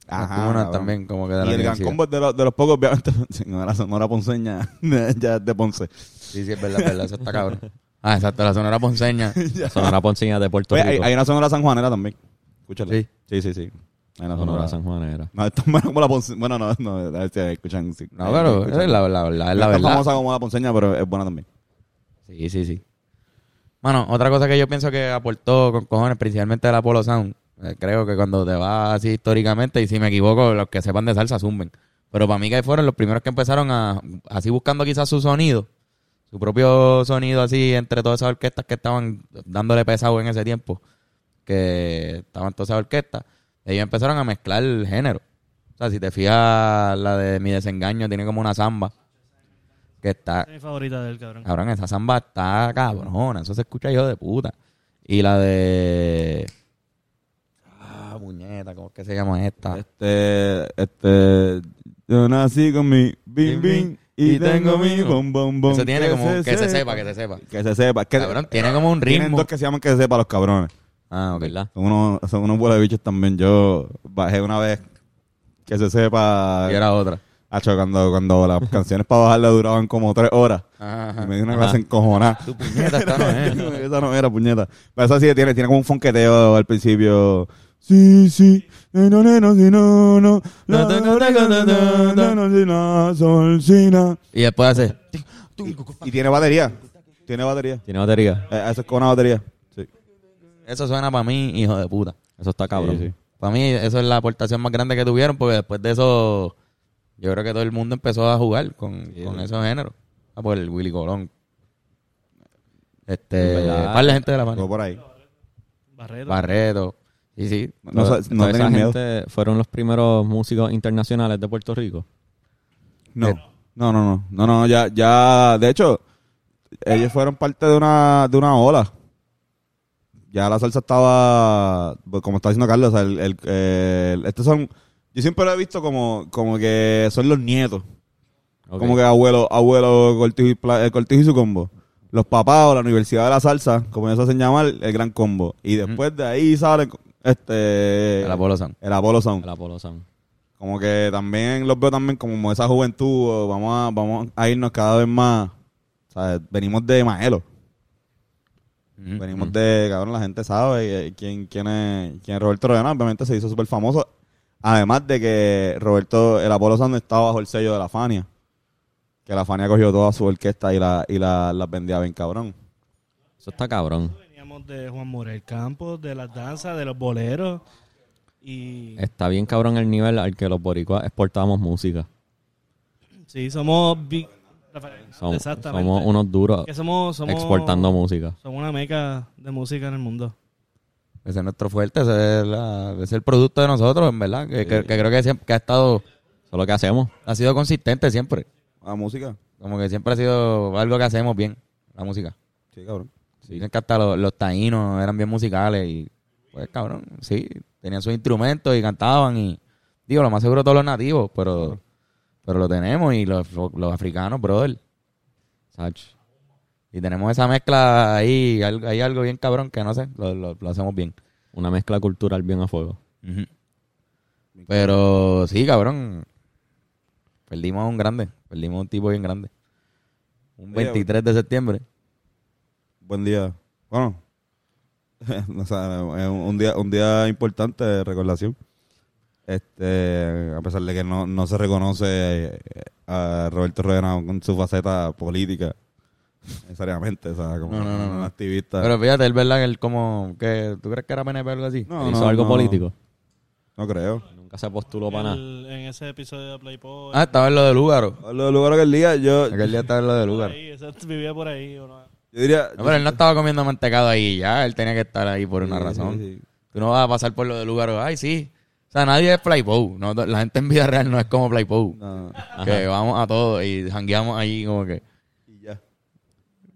[SPEAKER 3] Ajá,
[SPEAKER 1] las tunas
[SPEAKER 3] cabrón.
[SPEAKER 1] también, como que de la
[SPEAKER 3] Y el gran
[SPEAKER 1] universidad.
[SPEAKER 3] combo es de, los- de los pocos, obviamente. <laughs> Señora Sonora Ponceña, <laughs> ya es de Ponce.
[SPEAKER 1] Sí, sí, es verdad, es verdad. Eso está cabrón. Ah, exacto, la sonora ponceña.
[SPEAKER 2] La Sonora Ponceña de Puerto
[SPEAKER 3] Oye,
[SPEAKER 2] Rico.
[SPEAKER 3] hay, hay una Sonora sanjuanera también. Escúchala.
[SPEAKER 1] Sí.
[SPEAKER 3] sí, sí. sí. Hay una
[SPEAKER 2] Sonora
[SPEAKER 3] Sonora,
[SPEAKER 2] San Juanera.
[SPEAKER 3] No, es tan buena como la ponceña. Bueno, no, no, a ver si escuchan. <laughs> sí.
[SPEAKER 1] No, pero
[SPEAKER 3] Escuchan.
[SPEAKER 1] es la, la, la, es la
[SPEAKER 3] No es tan
[SPEAKER 1] verdad.
[SPEAKER 3] famosa como la ponceña, pero es buena también.
[SPEAKER 1] Sí, sí, sí. Bueno, otra cosa que yo pienso que aportó con cojones, principalmente el Apollo Sound. eh, creo que cuando te vas así históricamente, y si me equivoco, los que sepan de salsa zumben. Pero para mí que fueron los primeros que empezaron a, así buscando quizás su sonido, su propio sonido así entre todas esas orquestas que estaban dándole pesado en ese tiempo, que estaban todas esas orquestas, ellos empezaron a mezclar el género. O sea, si te fijas, la de Mi Desengaño tiene como una samba, que está,
[SPEAKER 5] Esa Es mi favorita del cabrón.
[SPEAKER 1] Cabrón, esa samba está cabrona. Eso se escucha hijo de puta. Y la de. Ah, muñeca, ¿cómo es que se llama esta?
[SPEAKER 3] Este, este, yo nací con mi
[SPEAKER 1] Bim,
[SPEAKER 3] bim bim
[SPEAKER 1] bim,
[SPEAKER 3] y
[SPEAKER 1] y
[SPEAKER 3] tengo
[SPEAKER 1] tengo
[SPEAKER 3] mi
[SPEAKER 1] mío.
[SPEAKER 3] bom bom bom.
[SPEAKER 1] Eso tiene como. Que se sepa, que se sepa.
[SPEAKER 3] Que se sepa. Que
[SPEAKER 1] Cabrón, tiene como un
[SPEAKER 3] tienen
[SPEAKER 1] ritmo.
[SPEAKER 3] dos que se llaman que se sepa los cabrones.
[SPEAKER 1] Ah, ok.
[SPEAKER 2] ¿Verdad?
[SPEAKER 3] Son unos, son unos bolas de bichos también. Yo bajé una vez que se sepa.
[SPEAKER 1] Y era otra.
[SPEAKER 3] <laughs> Acho, cuando, cuando las canciones para bajarla duraban como tres horas.
[SPEAKER 1] Ajá.
[SPEAKER 3] Y me dio una clase encojonada.
[SPEAKER 1] Tu puñeta esta no es.
[SPEAKER 3] Eh, Esa no era puñeta. Pero esa sí que tiene, tiene como un fonqueteo al principio. Sí, sí, eh, no, no, no, sí, no, no,
[SPEAKER 1] No,
[SPEAKER 3] no,
[SPEAKER 1] no,
[SPEAKER 3] no, no, no, no, no, no, sí, no, sol, sí, no.
[SPEAKER 1] Y después hace.
[SPEAKER 3] Y tiene batería. Tiene batería.
[SPEAKER 2] Tiene batería.
[SPEAKER 3] Eh, eso es con una batería. Sí.
[SPEAKER 1] Eso suena para mí, hijo de puta.
[SPEAKER 2] Eso está cabrón.
[SPEAKER 3] Sí, sí.
[SPEAKER 1] Para mí, eso es la aportación más grande que tuvieron, porque después de eso, yo creo que todo el mundo empezó a jugar con, con esos géneros. Ah, por el Willy Colón.
[SPEAKER 2] En
[SPEAKER 1] Este,
[SPEAKER 2] verdad.
[SPEAKER 1] par de gente de la
[SPEAKER 3] Todo
[SPEAKER 1] mano.
[SPEAKER 3] por ahí.
[SPEAKER 4] Barreto.
[SPEAKER 1] Barreto. Sí, sí.
[SPEAKER 3] No,
[SPEAKER 2] Toda-
[SPEAKER 3] sa- no
[SPEAKER 2] toda esa
[SPEAKER 3] tenían miedo.
[SPEAKER 2] gente fueron los primeros músicos internacionales de Puerto Rico.
[SPEAKER 3] No. Eh, No, no, no. No, no, ya, ya. De hecho, ellos fueron parte de una, de una ola. Ya la salsa estaba, pues, como está diciendo Carlos, o sea, el, el- el- estos son, yo siempre lo he visto como, como que son los nietos.
[SPEAKER 2] Ok.
[SPEAKER 3] Como que abuelo, abuelo Cortijo y, Pla- eh, Cortijo y su combo. Los papás o la Universidad de la Salsa, como ellos hacen llamar, el gran combo. Y después de ahí sale este...
[SPEAKER 1] El Apolo Sound.
[SPEAKER 3] El Apolo Sound
[SPEAKER 2] El Apolo Sound.
[SPEAKER 3] como que también los veo también como esa juventud, o vamos a, vamos a irnos cada vez más. ¿sabes? Venimos de Maelo,
[SPEAKER 1] Mm.
[SPEAKER 3] venimos de, cabrón, la gente sabe eh, quién, quién, es, quién es Roberto Royano, obviamente se hizo súper famoso. Además de que Roberto, el Apolo Sound estaba bajo el sello de la Fania, que la Fania cogió toda su orquesta y la, y la, las vendía bien cabrón.
[SPEAKER 2] Eso está cabrón.
[SPEAKER 5] Veníamos de Juan Morel Campos, de las danzas, de los boleros. Y
[SPEAKER 1] Eh.
[SPEAKER 2] Está bien cabrón el nivel al que los boricuas exportamos música.
[SPEAKER 5] sí, somos. big- Rafael,
[SPEAKER 2] Som-
[SPEAKER 5] exactamente.
[SPEAKER 2] Somos unos duros
[SPEAKER 5] que somos, somos-
[SPEAKER 2] exportando música.
[SPEAKER 5] Somos una meca de música en el mundo.
[SPEAKER 1] Ese es nuestro fuerte, ese es, la- ese es el producto de nosotros, en verdad. Que, que- que creo que, siempre, que ha estado,
[SPEAKER 2] Eso es lo que hacemos.
[SPEAKER 1] ha sido consistente siempre.
[SPEAKER 3] ¿La música?
[SPEAKER 1] Como que siempre ha sido algo que hacemos bien, la música.
[SPEAKER 3] Sí, cabrón.
[SPEAKER 1] Dicen que hasta los, los taínos eran bien musicales y, pues, cabrón, sí, tenían sus instrumentos y cantaban y, digo, lo más seguro todos los nativos, pero, pero lo tenemos y los, los africanos, brother.
[SPEAKER 2] Sach.
[SPEAKER 1] Y tenemos esa mezcla ahí, al- hay algo bien cabrón que no sé, lo, lo- lo hacemos bien.
[SPEAKER 2] Una mezcla cultural bien a fuego.
[SPEAKER 1] Ujú. Pero sí, cabrón, perdimos a un grande, perdimos a un tipo bien grande. Un
[SPEAKER 3] Oye,
[SPEAKER 1] 23 de septiembre.
[SPEAKER 3] Buen día. Bueno, <laughs> o sea, es un día, un día importante de recordación. Este, a pesar de que no, no se reconoce eh, a Roberto Rueda con su faceta política, <laughs> necesariamente, o sea, como
[SPEAKER 1] No, no, no,
[SPEAKER 3] un
[SPEAKER 1] no.
[SPEAKER 3] activista.
[SPEAKER 1] Pero fíjate, es verdad que él como, que, ¿tú crees que era PNP o algo así?
[SPEAKER 3] no,
[SPEAKER 2] Hizo
[SPEAKER 3] no,
[SPEAKER 2] algo
[SPEAKER 3] no,
[SPEAKER 2] político.
[SPEAKER 3] No creo.
[SPEAKER 2] Nunca se postuló
[SPEAKER 4] En
[SPEAKER 2] para nada.
[SPEAKER 4] el- en ese episodio de Playboy.
[SPEAKER 1] Ah, estaba en lo de Lúgaro.
[SPEAKER 3] Lo del lugar <laughs> aquel día, yo, yo
[SPEAKER 1] Aquel día estaba en lo de
[SPEAKER 4] por
[SPEAKER 1] Lúgaro.
[SPEAKER 4] ahí,
[SPEAKER 5] <laughs>
[SPEAKER 4] ese vivía por ahí. o no.
[SPEAKER 3] diría.
[SPEAKER 1] No, pero él no estaba comiendo mantecado ahí ya. Él tenía que estar ahí por una
[SPEAKER 3] Sí,
[SPEAKER 1] razón.
[SPEAKER 3] sí, sí.
[SPEAKER 1] Tú no vas a pasar por lo de Lúgaro. Ay, sí. O sea, nadie es Playboy. No, la gente en vida real no es como Playboy.
[SPEAKER 3] No,
[SPEAKER 1] Que vamos a todo y jangueamos ahí como que...
[SPEAKER 3] y ya.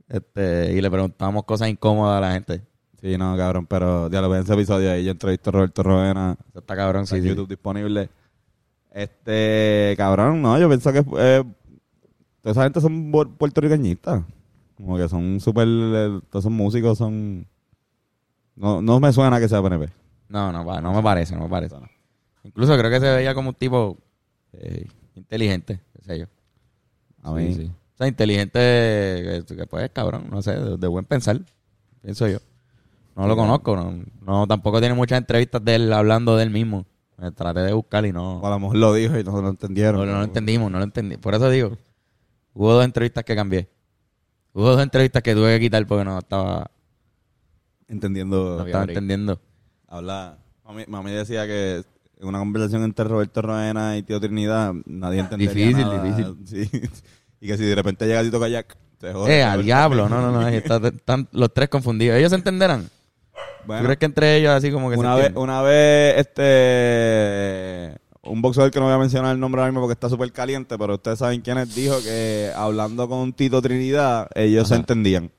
[SPEAKER 1] Este, y le preguntamos cosas incómodas a la gente.
[SPEAKER 3] Sí, no, cabrón, pero ya lo ven ese episodio ahí. Yo entrevisto a Roberto Rueda.
[SPEAKER 1] Eso está cabrón,
[SPEAKER 3] está
[SPEAKER 1] sí,
[SPEAKER 3] en
[SPEAKER 1] sí.
[SPEAKER 3] YouTube disponible. Este, cabrón, no, yo pienso que eh, toda esa gente son bu- puertorriqueñistas. Como que son súper, eh, todos esos músicos son... No, no me suena que sea PNP.
[SPEAKER 1] No, no, pa- no me parece, no me parece. Incluso creo que se veía como un tipo
[SPEAKER 3] Eh,
[SPEAKER 1] inteligente, qué sé yo.
[SPEAKER 3] a mí,
[SPEAKER 2] Sí, sí.
[SPEAKER 1] O sea, inteligente, que, que, pues cabrón, no sé, de, de buen pensar, pienso yo. No lo conozco, no, no, tampoco tiene muchas entrevistas de él hablando de él mismo. Me traté de buscar y no,
[SPEAKER 3] o a lo mejor lo dijo y no lo
[SPEAKER 1] no,
[SPEAKER 3] entendieron.
[SPEAKER 1] no lo entendimos, no lo entendí. Por eso digo, hubo dos entrevistas que cambié. Hubo dos entrevistas que tuve que quitar porque no estaba,
[SPEAKER 3] Entendiendo.
[SPEAKER 1] no estaba entendiendo.
[SPEAKER 3] Habla. Mami, mami decía que en una conversación entre Roberto Roena y Tío Trinidad, nadie entendería
[SPEAKER 1] Difícil,
[SPEAKER 3] nada. <laughs> Sí. Y que si de repente llega Tito Kayak, te jode.
[SPEAKER 1] Eh, al diablo, no, no, no, ahí está- están los tres confundidos. Ellos se entenderán.
[SPEAKER 3] Bueno.
[SPEAKER 1] ¿Tú crees que entre ellos así como que se
[SPEAKER 3] una vez,
[SPEAKER 1] entienden?
[SPEAKER 3] una vez, este, un boxeador que no voy a mencionar el nombre ahora mismo porque está súper caliente, pero ustedes saben quién es, dijo que hablando con Tito Trinidad, ellos se entendían.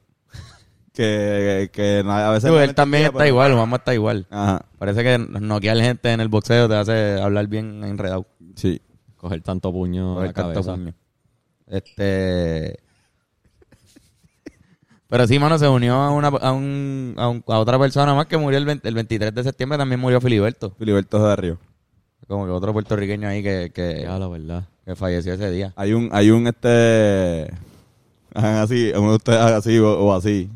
[SPEAKER 3] que, que na- a veces...
[SPEAKER 1] Tú,
[SPEAKER 3] no
[SPEAKER 1] él también
[SPEAKER 3] entendía, pues.
[SPEAKER 1] está
[SPEAKER 3] pero-
[SPEAKER 1] igual, Obama está igual.
[SPEAKER 3] Ajá,
[SPEAKER 1] Parece que noquear gente en el boxeo te hace hablar bien enredado.
[SPEAKER 3] sí.
[SPEAKER 2] Coger tanto puño
[SPEAKER 1] Por
[SPEAKER 2] a
[SPEAKER 1] el
[SPEAKER 2] la
[SPEAKER 1] canto
[SPEAKER 2] cabeza.
[SPEAKER 1] puño. Este. Pero sí, mano, se unió a, una, a, un- a, un- a otra persona más que murió el, 20 el 23 de septiembre. También murió Filiberto.
[SPEAKER 3] Filiberto de Río.
[SPEAKER 1] Como que otro puertorriqueño ahí que, que,
[SPEAKER 2] Ya, la verdad.
[SPEAKER 1] que falleció ese día.
[SPEAKER 3] Hay un, hay un, este, hagan así, uno de ustedes haga así o, o así.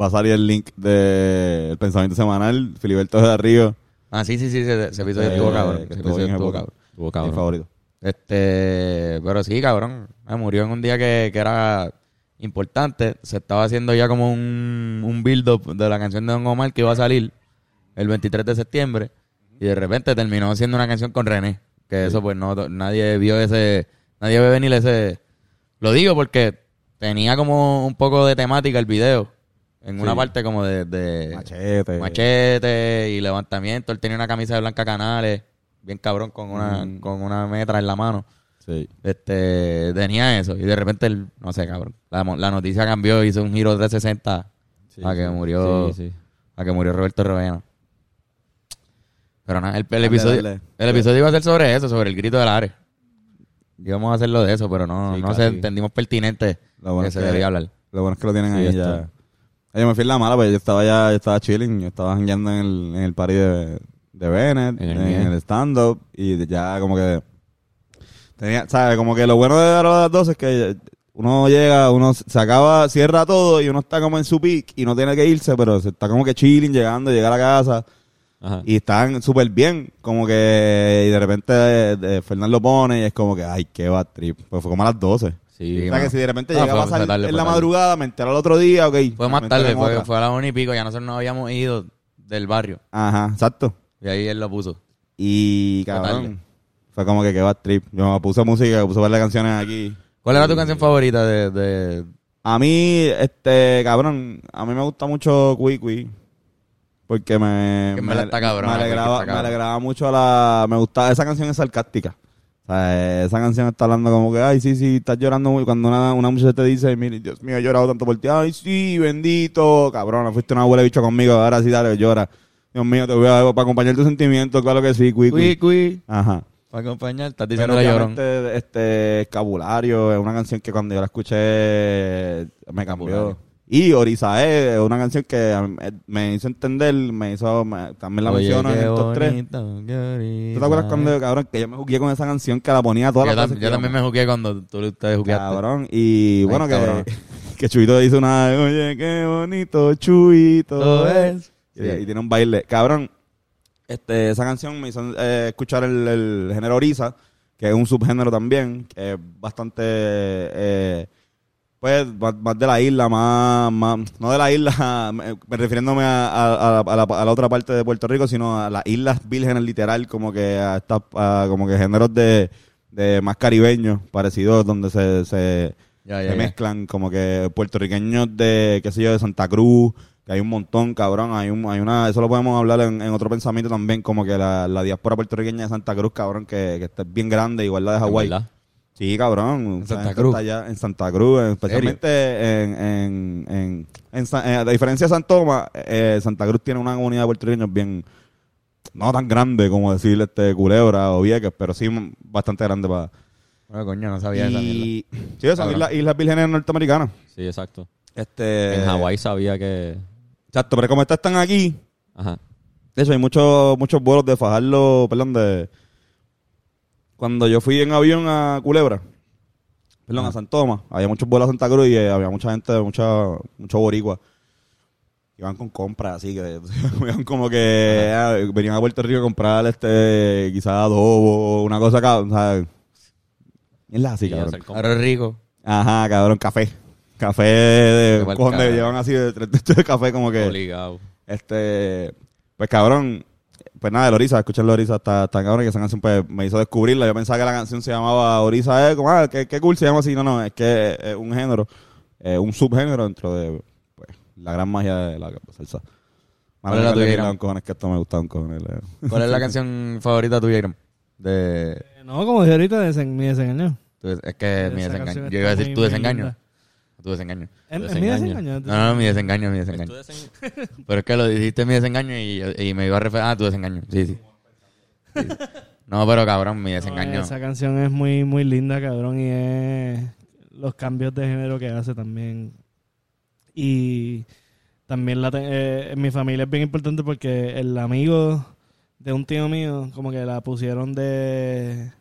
[SPEAKER 3] Va a salir el link del pensamiento semanal, Filiberto de Río.
[SPEAKER 1] Ah, sí, sí, sí, ese, ese episodio
[SPEAKER 3] Eh,
[SPEAKER 1] estuvo cabrón.
[SPEAKER 3] que
[SPEAKER 1] Ese
[SPEAKER 3] estuvo
[SPEAKER 1] episodio
[SPEAKER 3] bien
[SPEAKER 1] estuvo
[SPEAKER 3] época.
[SPEAKER 1] cabrón.
[SPEAKER 2] Estuvo
[SPEAKER 3] Mi
[SPEAKER 2] cabrón.
[SPEAKER 3] favorito.
[SPEAKER 1] Este, pero sí, cabrón. Me murió en un día que, que era importante. Se estaba haciendo ya como un, un build-up de la canción de Don Omar que iba a salir el 23 de septiembre. Y de repente terminó siendo una canción con René. Que eso, pues, no nadie vio ese. Nadie ve venir ese. Lo digo porque tenía como un poco de temática el video. En una parte como de. de-
[SPEAKER 3] Machete.
[SPEAKER 1] machete y levantamiento. Él tenía una camisa de Blanca Canales, bien cabrón, con una, con una metra en la mano.
[SPEAKER 3] Sí.
[SPEAKER 1] Este, tenía eso. Y de repente, él, no sé, cabrón. La, mo- la noticia cambió, hizo un giro 360
[SPEAKER 3] Ah,
[SPEAKER 1] a que murió.
[SPEAKER 2] Sí, sí.
[SPEAKER 1] A que murió Roberto Rovena. Pero nada, el, el
[SPEAKER 3] Dale,
[SPEAKER 1] episodio,
[SPEAKER 3] dale.
[SPEAKER 1] el episodio iba a ser sobre eso, sobre el grito del Ares. Íbamos a hacerlo de eso, pero no,
[SPEAKER 2] Sí,
[SPEAKER 1] no
[SPEAKER 2] casi.
[SPEAKER 1] se entendimos pertinente
[SPEAKER 3] Lo bueno
[SPEAKER 1] que
[SPEAKER 3] es
[SPEAKER 1] se
[SPEAKER 3] que-
[SPEAKER 1] debía hablar.
[SPEAKER 3] Lo bueno es que lo tienen
[SPEAKER 2] Sí,
[SPEAKER 3] ahí
[SPEAKER 2] ya
[SPEAKER 3] ya.
[SPEAKER 2] está.
[SPEAKER 3] Ay, Yo me fui en la mala, pues yo estaba ya, yo estaba chilling, yo estaba jangueando en el, en el party de, de Bennett, en
[SPEAKER 2] En el
[SPEAKER 3] el,
[SPEAKER 2] Miel.
[SPEAKER 3] stand-up, y de- ya como que tenía, ¿sabes? Como que lo bueno de dar a las 12 es que uno llega, uno se acaba, cierra todo y uno está como en su peak y no tiene que irse, pero se está como que chilling, llegando, llegar a la casa
[SPEAKER 2] Ajá.
[SPEAKER 3] y están súper bien, como que y de repente eh, Fernando lo pone y es como que, ay, qué bad trip. Pues fue como a las 12.
[SPEAKER 1] Sí,
[SPEAKER 3] O sea,
[SPEAKER 1] mano.
[SPEAKER 3] que si de repente
[SPEAKER 1] Ah,
[SPEAKER 3] llegaba
[SPEAKER 1] fue-
[SPEAKER 3] a salir
[SPEAKER 1] fue tarde,
[SPEAKER 3] en
[SPEAKER 1] fue
[SPEAKER 3] la
[SPEAKER 1] tarde.
[SPEAKER 3] madrugada, me entero al otro día, ok.
[SPEAKER 1] Fue
[SPEAKER 3] me
[SPEAKER 1] más
[SPEAKER 3] entero
[SPEAKER 1] tarde,
[SPEAKER 3] en
[SPEAKER 1] fue,
[SPEAKER 3] otra.
[SPEAKER 1] fue a la una y pico, ya nosotros nos habíamos ido del barrio.
[SPEAKER 3] Ajá, exacto.
[SPEAKER 1] Y ahí él lo puso.
[SPEAKER 3] Y,
[SPEAKER 1] Fue tarde.
[SPEAKER 3] cabrón, fue como que qué bad trip. Yo me puse música, puse varias canciones aquí.
[SPEAKER 1] ¿Cuál era tu canción favorita de, de-
[SPEAKER 3] A mí, este, cabrón, a mí me gusta mucho Cui Cui. Porque me...
[SPEAKER 1] Que en verdad está cabrón,
[SPEAKER 3] me
[SPEAKER 1] Cui Cui está
[SPEAKER 3] alegraba, me
[SPEAKER 1] cabrón.
[SPEAKER 3] alegraba mucho la... Me gustaba... Esa canción es sarcástica. O sea, esa canción está hablando como que, ay, sí, sí, estás llorando muy... Cuando una, una muchacha te dice, mire, Dios mío, he llorado tanto por ti. Ay, sí, bendito. Cabrón, fuiste una abuela bicho conmigo. Ahora sí, dale, llora. Dios mío, te voy a... Para acompañar tus sentimientos, claro que sí, Cui
[SPEAKER 1] Cui,
[SPEAKER 3] Cui.
[SPEAKER 1] cui,
[SPEAKER 3] Ajá.
[SPEAKER 1] para acompañar? Estás
[SPEAKER 3] Pero
[SPEAKER 1] diciendo la llorón.
[SPEAKER 3] obviamente, este, Escabulario es una canción que cuando yo la escuché me cambió.
[SPEAKER 1] Escabulario.
[SPEAKER 3] Y Orizae es una canción que a mí me hizo entender, me hizo, me- también la
[SPEAKER 1] Oye,
[SPEAKER 3] menciono en
[SPEAKER 1] qué
[SPEAKER 3] estos tres.
[SPEAKER 1] bonito, qué
[SPEAKER 3] ¿Tú
[SPEAKER 1] bonito.
[SPEAKER 3] te acuerdas cuando, cabrón, que yo me jugué con esa canción que la ponía todas
[SPEAKER 1] Yo,
[SPEAKER 3] las
[SPEAKER 1] tam-
[SPEAKER 3] veces
[SPEAKER 1] yo
[SPEAKER 3] que
[SPEAKER 1] también me jugué cuando tú ustedes
[SPEAKER 3] íbamos?
[SPEAKER 1] jugaste.
[SPEAKER 3] Cabrón, y bueno,
[SPEAKER 1] cabrón.
[SPEAKER 3] que, <laughs> que Chuito dice una, oye, qué bonito, Chuito.
[SPEAKER 1] Todo es.
[SPEAKER 3] Y, y tiene un baile. Cabrón, este, esa canción me hizo eh, escuchar el, el género Orisa, que es un subgénero también, que es bastante, eh, pues, más, más de la isla, más, más- no de la isla, <laughs> me- me refiriéndome a, a- a la- a la, a la otra parte de Puerto Rico, sino a las islas vírgenes literal, como que a estas, a como que géneros de, de más caribeños, parecidos, donde se- se
[SPEAKER 1] Ya,
[SPEAKER 3] se
[SPEAKER 1] ya, ya.
[SPEAKER 3] mezclan como que puertorriqueños de, qué sé yo, de Santa Cruz, que hay un montón, cabrón, hay un, hay una, eso lo podemos hablar en, en otro pensamiento también, como que la, la diáspora puertorriqueña de Santa Cruz, cabrón, que, que está bien grande, igual la de Hawái.
[SPEAKER 2] ¿Verdad?
[SPEAKER 3] Sí, cabrón.
[SPEAKER 1] En
[SPEAKER 3] o sea,
[SPEAKER 1] Santa
[SPEAKER 3] esto
[SPEAKER 1] Cruz.
[SPEAKER 3] está allá en Santa Cruz, eh, especialmente en, en, en, en Sa- eh, a diferencia de San Tomás, eh, Santa Cruz tiene una comunidad de puertorriqueños bien, no tan grande como decirle este Culebra o Vieques, pero sí m- bastante grande para...
[SPEAKER 1] Bueno, coño, no sabía esa mierda.
[SPEAKER 3] Y... Sí, son
[SPEAKER 1] Cabrón.
[SPEAKER 3] islas, islas vírgenes norteamericanas.
[SPEAKER 2] Sí, exacto.
[SPEAKER 3] Este,
[SPEAKER 2] en Hawái sabía que.
[SPEAKER 3] Exacto, pero como estas están aquí,
[SPEAKER 2] Ajá.
[SPEAKER 3] de hecho hay muchos muchos vuelos de Fajardo, perdón, de... Cuando yo fui en avión a Culebra, perdón, a San Tomás, había muchos vuelos a Santa Cruz y eh, había mucha gente, mucha, mucho boricua. Iban con compras, así que <laughs> iban como que eh, venían a Puerto Rico a comprar este, quizás adobo, una cosa acá, o sea, es la así,
[SPEAKER 2] Y
[SPEAKER 3] cabrón.
[SPEAKER 2] hacer como-
[SPEAKER 1] Ahora es rico.
[SPEAKER 3] Ajá, cabrón, café. Café de
[SPEAKER 1] Qué mal
[SPEAKER 3] cojón de-
[SPEAKER 1] cara.
[SPEAKER 3] llevan así de tres techos de café como que.
[SPEAKER 2] Obligado.
[SPEAKER 3] Este, pues cabrón, pues nada, el Orisa, escuchar el Orisa está, está cabrón que esa canción pues, me hizo descubrirla. Yo pensaba que la canción se llamaba Orisa, eh, como, ah, qué, qué cool se llama así. No, no, es que es, un género, eh, un subgénero dentro de pues, la gran magia de la salsa.
[SPEAKER 1] ¿Cuál es la
[SPEAKER 3] Mala mía
[SPEAKER 1] tuya,
[SPEAKER 3] que le
[SPEAKER 1] Irán?
[SPEAKER 3] quitaron cojones, que esto me gusta un cojones, eh.
[SPEAKER 1] ¿Cuál es la canción favorita tuya, Irán? De...
[SPEAKER 5] Eh, No, como dije ahorita, desen- mi desengaño.
[SPEAKER 1] tu des- Es que mi
[SPEAKER 5] Esa
[SPEAKER 1] desengaño.
[SPEAKER 5] canción
[SPEAKER 1] Yo iba a
[SPEAKER 5] está
[SPEAKER 1] decir
[SPEAKER 5] muy,
[SPEAKER 1] tu
[SPEAKER 5] muy
[SPEAKER 1] desengaño.
[SPEAKER 5] linda.
[SPEAKER 1] Tu desengaño. Ah,
[SPEAKER 5] ¿Es,
[SPEAKER 2] Tu
[SPEAKER 5] es mi
[SPEAKER 2] desengaño.
[SPEAKER 5] desengaño?
[SPEAKER 1] No, no, mi desengaño, mi desengaño.
[SPEAKER 2] Tú desen-
[SPEAKER 1] Pero es que lo dijiste mi desengaño y, y me iba a referir. Ah, tu desengaño. Sí, sí. Sí, sí. No, pero cabrón, mi
[SPEAKER 5] No,
[SPEAKER 1] desengaño.
[SPEAKER 5] Esa canción es muy, muy linda, cabrón, y es los cambios de género que hace también. Y también la te- eh, en mi familia es bien importante porque el amigo de un tío mío, como que la pusieron de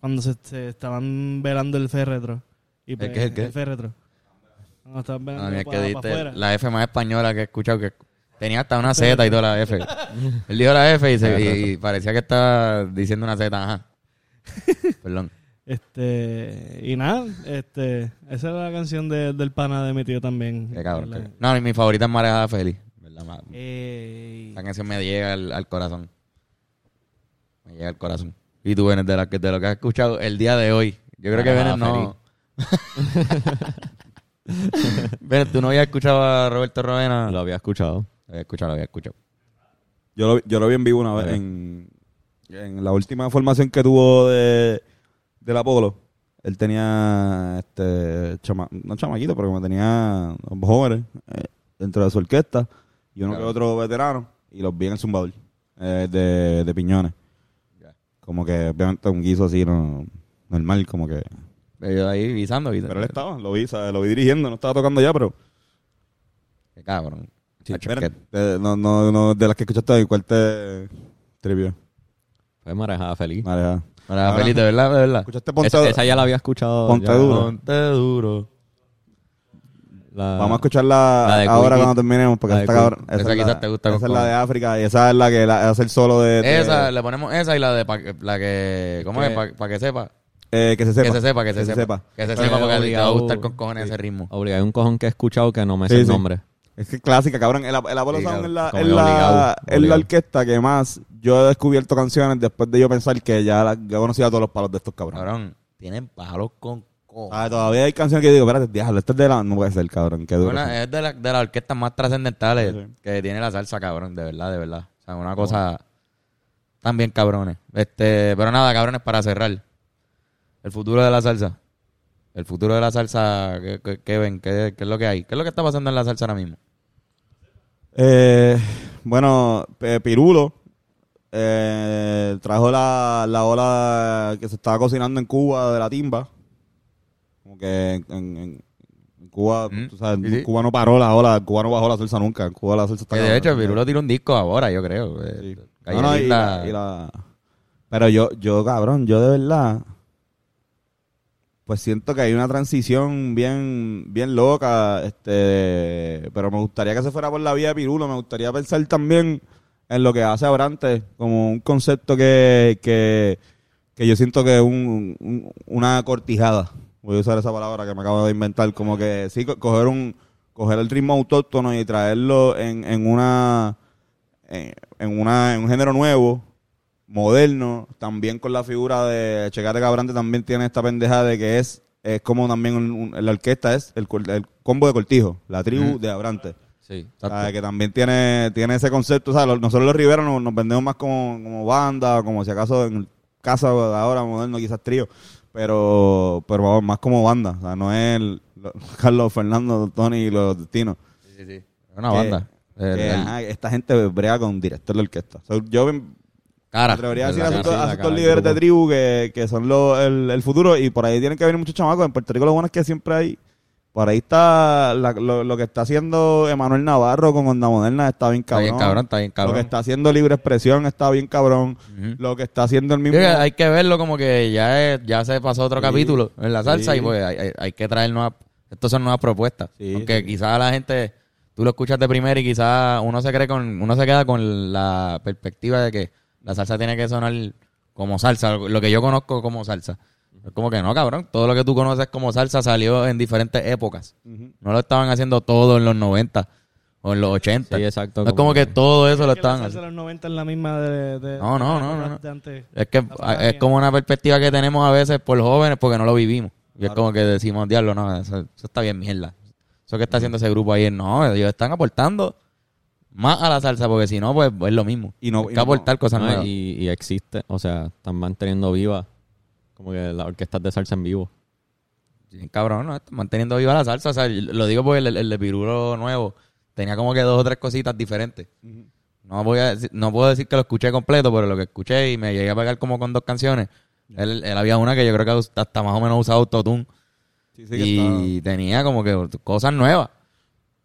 [SPEAKER 5] cuando se, se estaban velando el féretro. Y pues,
[SPEAKER 1] qué, el qué?
[SPEAKER 5] féretro. No, estaban
[SPEAKER 1] No,
[SPEAKER 5] vendiendo
[SPEAKER 1] mira,
[SPEAKER 5] pa-
[SPEAKER 1] que
[SPEAKER 5] pa
[SPEAKER 1] diste
[SPEAKER 5] afuera.
[SPEAKER 1] la F más española que he escuchado que tenía hasta una Z y toda la
[SPEAKER 5] <laughs>
[SPEAKER 1] F. Él dijo la F y, se- y- y parecía que estaba diciendo una Z,
[SPEAKER 5] <laughs>
[SPEAKER 1] ajá. Perdón.
[SPEAKER 5] Este, y nada, este, esa era la canción de- del pana de mi tío también.
[SPEAKER 1] Qué cabrón.
[SPEAKER 5] La-
[SPEAKER 1] qué- No, y mi favorita es Marejada Feliz. ¿verdad? Ma-
[SPEAKER 5] Ey.
[SPEAKER 1] Esa canción me llega al, al corazón. Me llega al corazón. Y tú, Benes, de, la que- de lo que has escuchado el día de hoy. Yo creo que
[SPEAKER 2] Marejada
[SPEAKER 1] Benes no... <laughs> Benes, tú no habías escuchado a Roberto Rovena.
[SPEAKER 2] Lo había escuchado.
[SPEAKER 1] Lo había escuchado, lo había escuchado.
[SPEAKER 3] Yo lo, yo lo vi en vivo una vez en, en la última formación que tuvo de del Apolo. Él tenía este chama, no chamaquito, pero como tenía jóvenes eh, dentro de su orquesta y uno
[SPEAKER 1] Claro.
[SPEAKER 3] que otro veterano y los vi en el zumbador eh, de, de piñones.
[SPEAKER 1] Ya.
[SPEAKER 3] Como que obviamente un guiso así no normal como que
[SPEAKER 1] Yo ahí guisando, guisando.
[SPEAKER 3] pero él estaba, lo vi, ¿sabes? lo vi dirigiendo, no estaba tocando ya, pero
[SPEAKER 1] Qué cabrón.
[SPEAKER 3] Sí,
[SPEAKER 1] Hacho,
[SPEAKER 3] espera,
[SPEAKER 1] qué-
[SPEAKER 3] de, eh, no, no, no, de las que escuchaste hoy, ¿cuál te trivió?
[SPEAKER 2] Fue marejada feliz.
[SPEAKER 3] Marejada.
[SPEAKER 1] Marejada
[SPEAKER 3] Ahora-
[SPEAKER 1] Feliz, de verdad, de verdad.
[SPEAKER 3] ¿Escuchaste Ponte,
[SPEAKER 2] Esa, esa ya la había escuchado.
[SPEAKER 3] Ponte
[SPEAKER 2] ya,
[SPEAKER 3] duro.
[SPEAKER 1] Ponte duro. Ah,
[SPEAKER 2] la-
[SPEAKER 3] Vamos a
[SPEAKER 2] la
[SPEAKER 3] escucharla
[SPEAKER 2] de
[SPEAKER 3] ahora
[SPEAKER 2] Quickie.
[SPEAKER 3] cuando terminemos, porque
[SPEAKER 2] La de
[SPEAKER 3] esta
[SPEAKER 2] Quickie.
[SPEAKER 3] cabrón-
[SPEAKER 1] Esa
[SPEAKER 3] es
[SPEAKER 1] quizás
[SPEAKER 3] la-
[SPEAKER 1] te gusta
[SPEAKER 3] Esa
[SPEAKER 1] con
[SPEAKER 3] es la
[SPEAKER 1] cojones.
[SPEAKER 3] de África y esa es la que la- hace el solo de. de-
[SPEAKER 1] Esa, le ponemos esa y la de para que, ¿cómo es?
[SPEAKER 2] Que-
[SPEAKER 1] Para que sepa.
[SPEAKER 3] eh, que se Eh, sepa.
[SPEAKER 1] Que se sepa, que se sepa. Que se sepa, porque a ti te va a
[SPEAKER 2] obligado-
[SPEAKER 1] gustar con cojones ese ritmo.
[SPEAKER 2] Obligado, hay un cojón que he escuchado que no me
[SPEAKER 3] Sí,
[SPEAKER 2] sé el
[SPEAKER 3] sí.
[SPEAKER 2] nombre.
[SPEAKER 3] Es que es clásica, cabrón. El, el Apolo
[SPEAKER 1] Sí,
[SPEAKER 3] Sound es
[SPEAKER 1] cabrón.
[SPEAKER 3] la,
[SPEAKER 2] Como
[SPEAKER 3] es
[SPEAKER 2] que
[SPEAKER 3] la-
[SPEAKER 2] obligado,
[SPEAKER 3] es la
[SPEAKER 2] obligado.
[SPEAKER 3] orquesta que más yo he descubierto canciones después de yo pensar que ya, la- ya conocía todos los palos de estos cabrones.
[SPEAKER 1] Cabrón, tienen palos con cojones.
[SPEAKER 3] Ah, todavía hay canciones que digo, espérate, diablo, esta es de la. No puede ser, cabrón, que duro.
[SPEAKER 1] Una- es de, la- de las orquestas más trascendentales
[SPEAKER 3] Sí, sí.
[SPEAKER 1] que tiene la salsa, cabrón, de verdad, de verdad. O sea, una cosa también cabrones. Este, pero nada, cabrones, para cerrar. El futuro de la salsa. El futuro de la salsa, ¿qué, qué- qué ven? ¿Qué, ¿Qué es lo que hay? ¿Qué es lo que está pasando en la salsa ahora mismo?
[SPEAKER 3] Eh, bueno, eh, Pirulo eh, trajo la, la ola que se estaba cocinando en Cuba de la timba. Como que en, en- en Cuba,
[SPEAKER 1] Mm,
[SPEAKER 3] tú sabes,
[SPEAKER 1] sí, sí.
[SPEAKER 3] Cuba no paró la ola, Cuba no bajó la salsa nunca. En Cuba la salsa está.
[SPEAKER 1] Que de hecho,
[SPEAKER 3] cabrón. eh,
[SPEAKER 1] Pirulo tiró un disco ahora, yo creo.
[SPEAKER 3] Sí.
[SPEAKER 1] Eh, Calle
[SPEAKER 3] No, no, y
[SPEAKER 1] Linda.
[SPEAKER 3] la- y la- Pero yo, yo, cabrón, yo de verdad. Pues siento que hay una transición bien, bien loca. Este, pero me gustaría que se fuera por la vía de Pirulo. Me gustaría pensar también en lo que hace Abrante, como un concepto que, que, que yo siento que es un, un- una cortijada. Voy a usar esa palabra que me acabo de inventar. Como que sí, co- coger un coger el ritmo autóctono y traerlo en, en una en, en una, en un género nuevo, moderno, también con la figura de Checate Cabrante también tiene esta pendeja de que es, es como también un- un- la orquesta es el, cor- el combo de Cortijo, la tribu de Abrante.
[SPEAKER 1] Sí,
[SPEAKER 3] O sea,
[SPEAKER 1] exacto.
[SPEAKER 3] que también tiene, tiene ese concepto. O sea, lo- nosotros los riberos nos, nos vendemos más como, como banda, como si acaso en casa ahora moderno, quizás trío. Pero, pero vamos, más como banda. O sea, no es el- lo- <laughs> Carlos, Fernando, Tony y los destinos.
[SPEAKER 1] Sí, sí, sí. Es una
[SPEAKER 3] que-
[SPEAKER 1] banda. El-
[SPEAKER 3] Que,
[SPEAKER 1] el-
[SPEAKER 3] ajá, esta gente brega con director de orquesta. O sea, yo me
[SPEAKER 1] cara.
[SPEAKER 3] atrevería a
[SPEAKER 1] de
[SPEAKER 3] decir
[SPEAKER 1] la
[SPEAKER 3] a estos-
[SPEAKER 1] cara.
[SPEAKER 3] a
[SPEAKER 2] la
[SPEAKER 3] estos
[SPEAKER 2] cara,
[SPEAKER 3] líderes
[SPEAKER 2] el
[SPEAKER 3] de
[SPEAKER 2] grupo.
[SPEAKER 3] tribu que, que son los- el, el futuro y por ahí tienen que venir muchos chamacos. En Puerto Rico lo bueno es que siempre hay... Por ahí está la- lo, lo que está haciendo Emanuel Navarro con Onda Moderna está bien
[SPEAKER 1] Está
[SPEAKER 3] cabrón.
[SPEAKER 1] bien cabrón, está bien
[SPEAKER 3] Lo que
[SPEAKER 1] cabrón.
[SPEAKER 3] está haciendo Libre Expresión está bien cabrón.
[SPEAKER 1] Ujú.
[SPEAKER 3] Lo que está haciendo el
[SPEAKER 1] Sí,
[SPEAKER 3] mismo...
[SPEAKER 1] hay que verlo como que ya es- ya se pasó otro
[SPEAKER 3] Sí,
[SPEAKER 1] capítulo en la salsa
[SPEAKER 3] sí.
[SPEAKER 1] y pues hay, hay- hay que traer nuevas... Estas son nuevas propuestas.
[SPEAKER 3] Sí,
[SPEAKER 1] Aunque quizás la gente... Tú lo escuchas de primera y quizás uno se cree con... Uno se queda con la perspectiva de que la salsa tiene que sonar como salsa. Lo que yo conozco como salsa. Es como que no, cabrón. Todo lo que tú conoces como salsa salió en diferentes épocas.
[SPEAKER 3] Ujú.
[SPEAKER 1] No lo estaban haciendo todo en los 90 o en los 80.
[SPEAKER 2] Sí, exacto,
[SPEAKER 1] No es
[SPEAKER 2] como
[SPEAKER 1] como que
[SPEAKER 2] que-
[SPEAKER 1] todo eso lo
[SPEAKER 5] Que la
[SPEAKER 1] estaban
[SPEAKER 5] salsa
[SPEAKER 1] haciendo.
[SPEAKER 5] de los 90 es la misma de... de-
[SPEAKER 1] No, no,
[SPEAKER 5] de-
[SPEAKER 1] no, no, Eh. no.
[SPEAKER 5] de antes.
[SPEAKER 1] Es que
[SPEAKER 5] La
[SPEAKER 1] a- es
[SPEAKER 5] pandemia.
[SPEAKER 1] como una perspectiva que tenemos a veces por jóvenes porque no lo vivimos. Y es como que decimos, diablo, no, eso, eso está bien mierda. Eso que está haciendo ese grupo ayer, no, ellos están aportando más a la salsa porque si no, pues es lo mismo.
[SPEAKER 3] Y no-
[SPEAKER 1] Hay
[SPEAKER 3] y
[SPEAKER 1] que
[SPEAKER 3] no-
[SPEAKER 1] aportar cosas
[SPEAKER 2] No,
[SPEAKER 1] nuevas.
[SPEAKER 2] y, y existe, o sea, están manteniendo viva como que las orquestas de salsa en vivo.
[SPEAKER 1] Sí, cabrón, no, está manteniendo viva la salsa. O sea, y lo digo porque el, el de Pirulo nuevo tenía como que dos o tres cositas diferentes. No voy a decir- no puedo decir que lo escuché completo, pero lo que escuché y me llegué a pegar como con dos canciones. Él, él había una que yo creo que hasta- hasta más o menos usaba autotune.
[SPEAKER 3] Sí, sí que
[SPEAKER 1] y tenía como que cosas nuevas.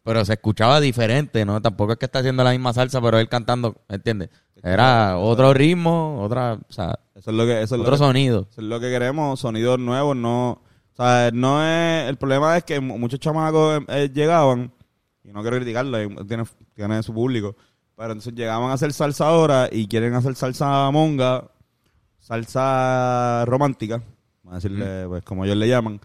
[SPEAKER 1] Pero se escuchaba diferente, ¿no? Tampoco es que está haciendo la misma salsa, pero él cantando, ¿entiendes? Era otro ritmo, otra, o sea,
[SPEAKER 3] está- Eso es lo que... Eso es lo
[SPEAKER 1] otro
[SPEAKER 3] que-
[SPEAKER 1] sonido.
[SPEAKER 3] Eso es lo que queremos, sonidos nuevos, no... O sea, no es. El problema es que mu- muchos chamacos eh, eh, llegaban, y no quiero criticarlo, eh, tiene, tiene su público, pero entonces llegaban a hacer salsa ahora y quieren hacer salsa monga, salsa romántica, vamos a decirle, pues como ellos le llaman.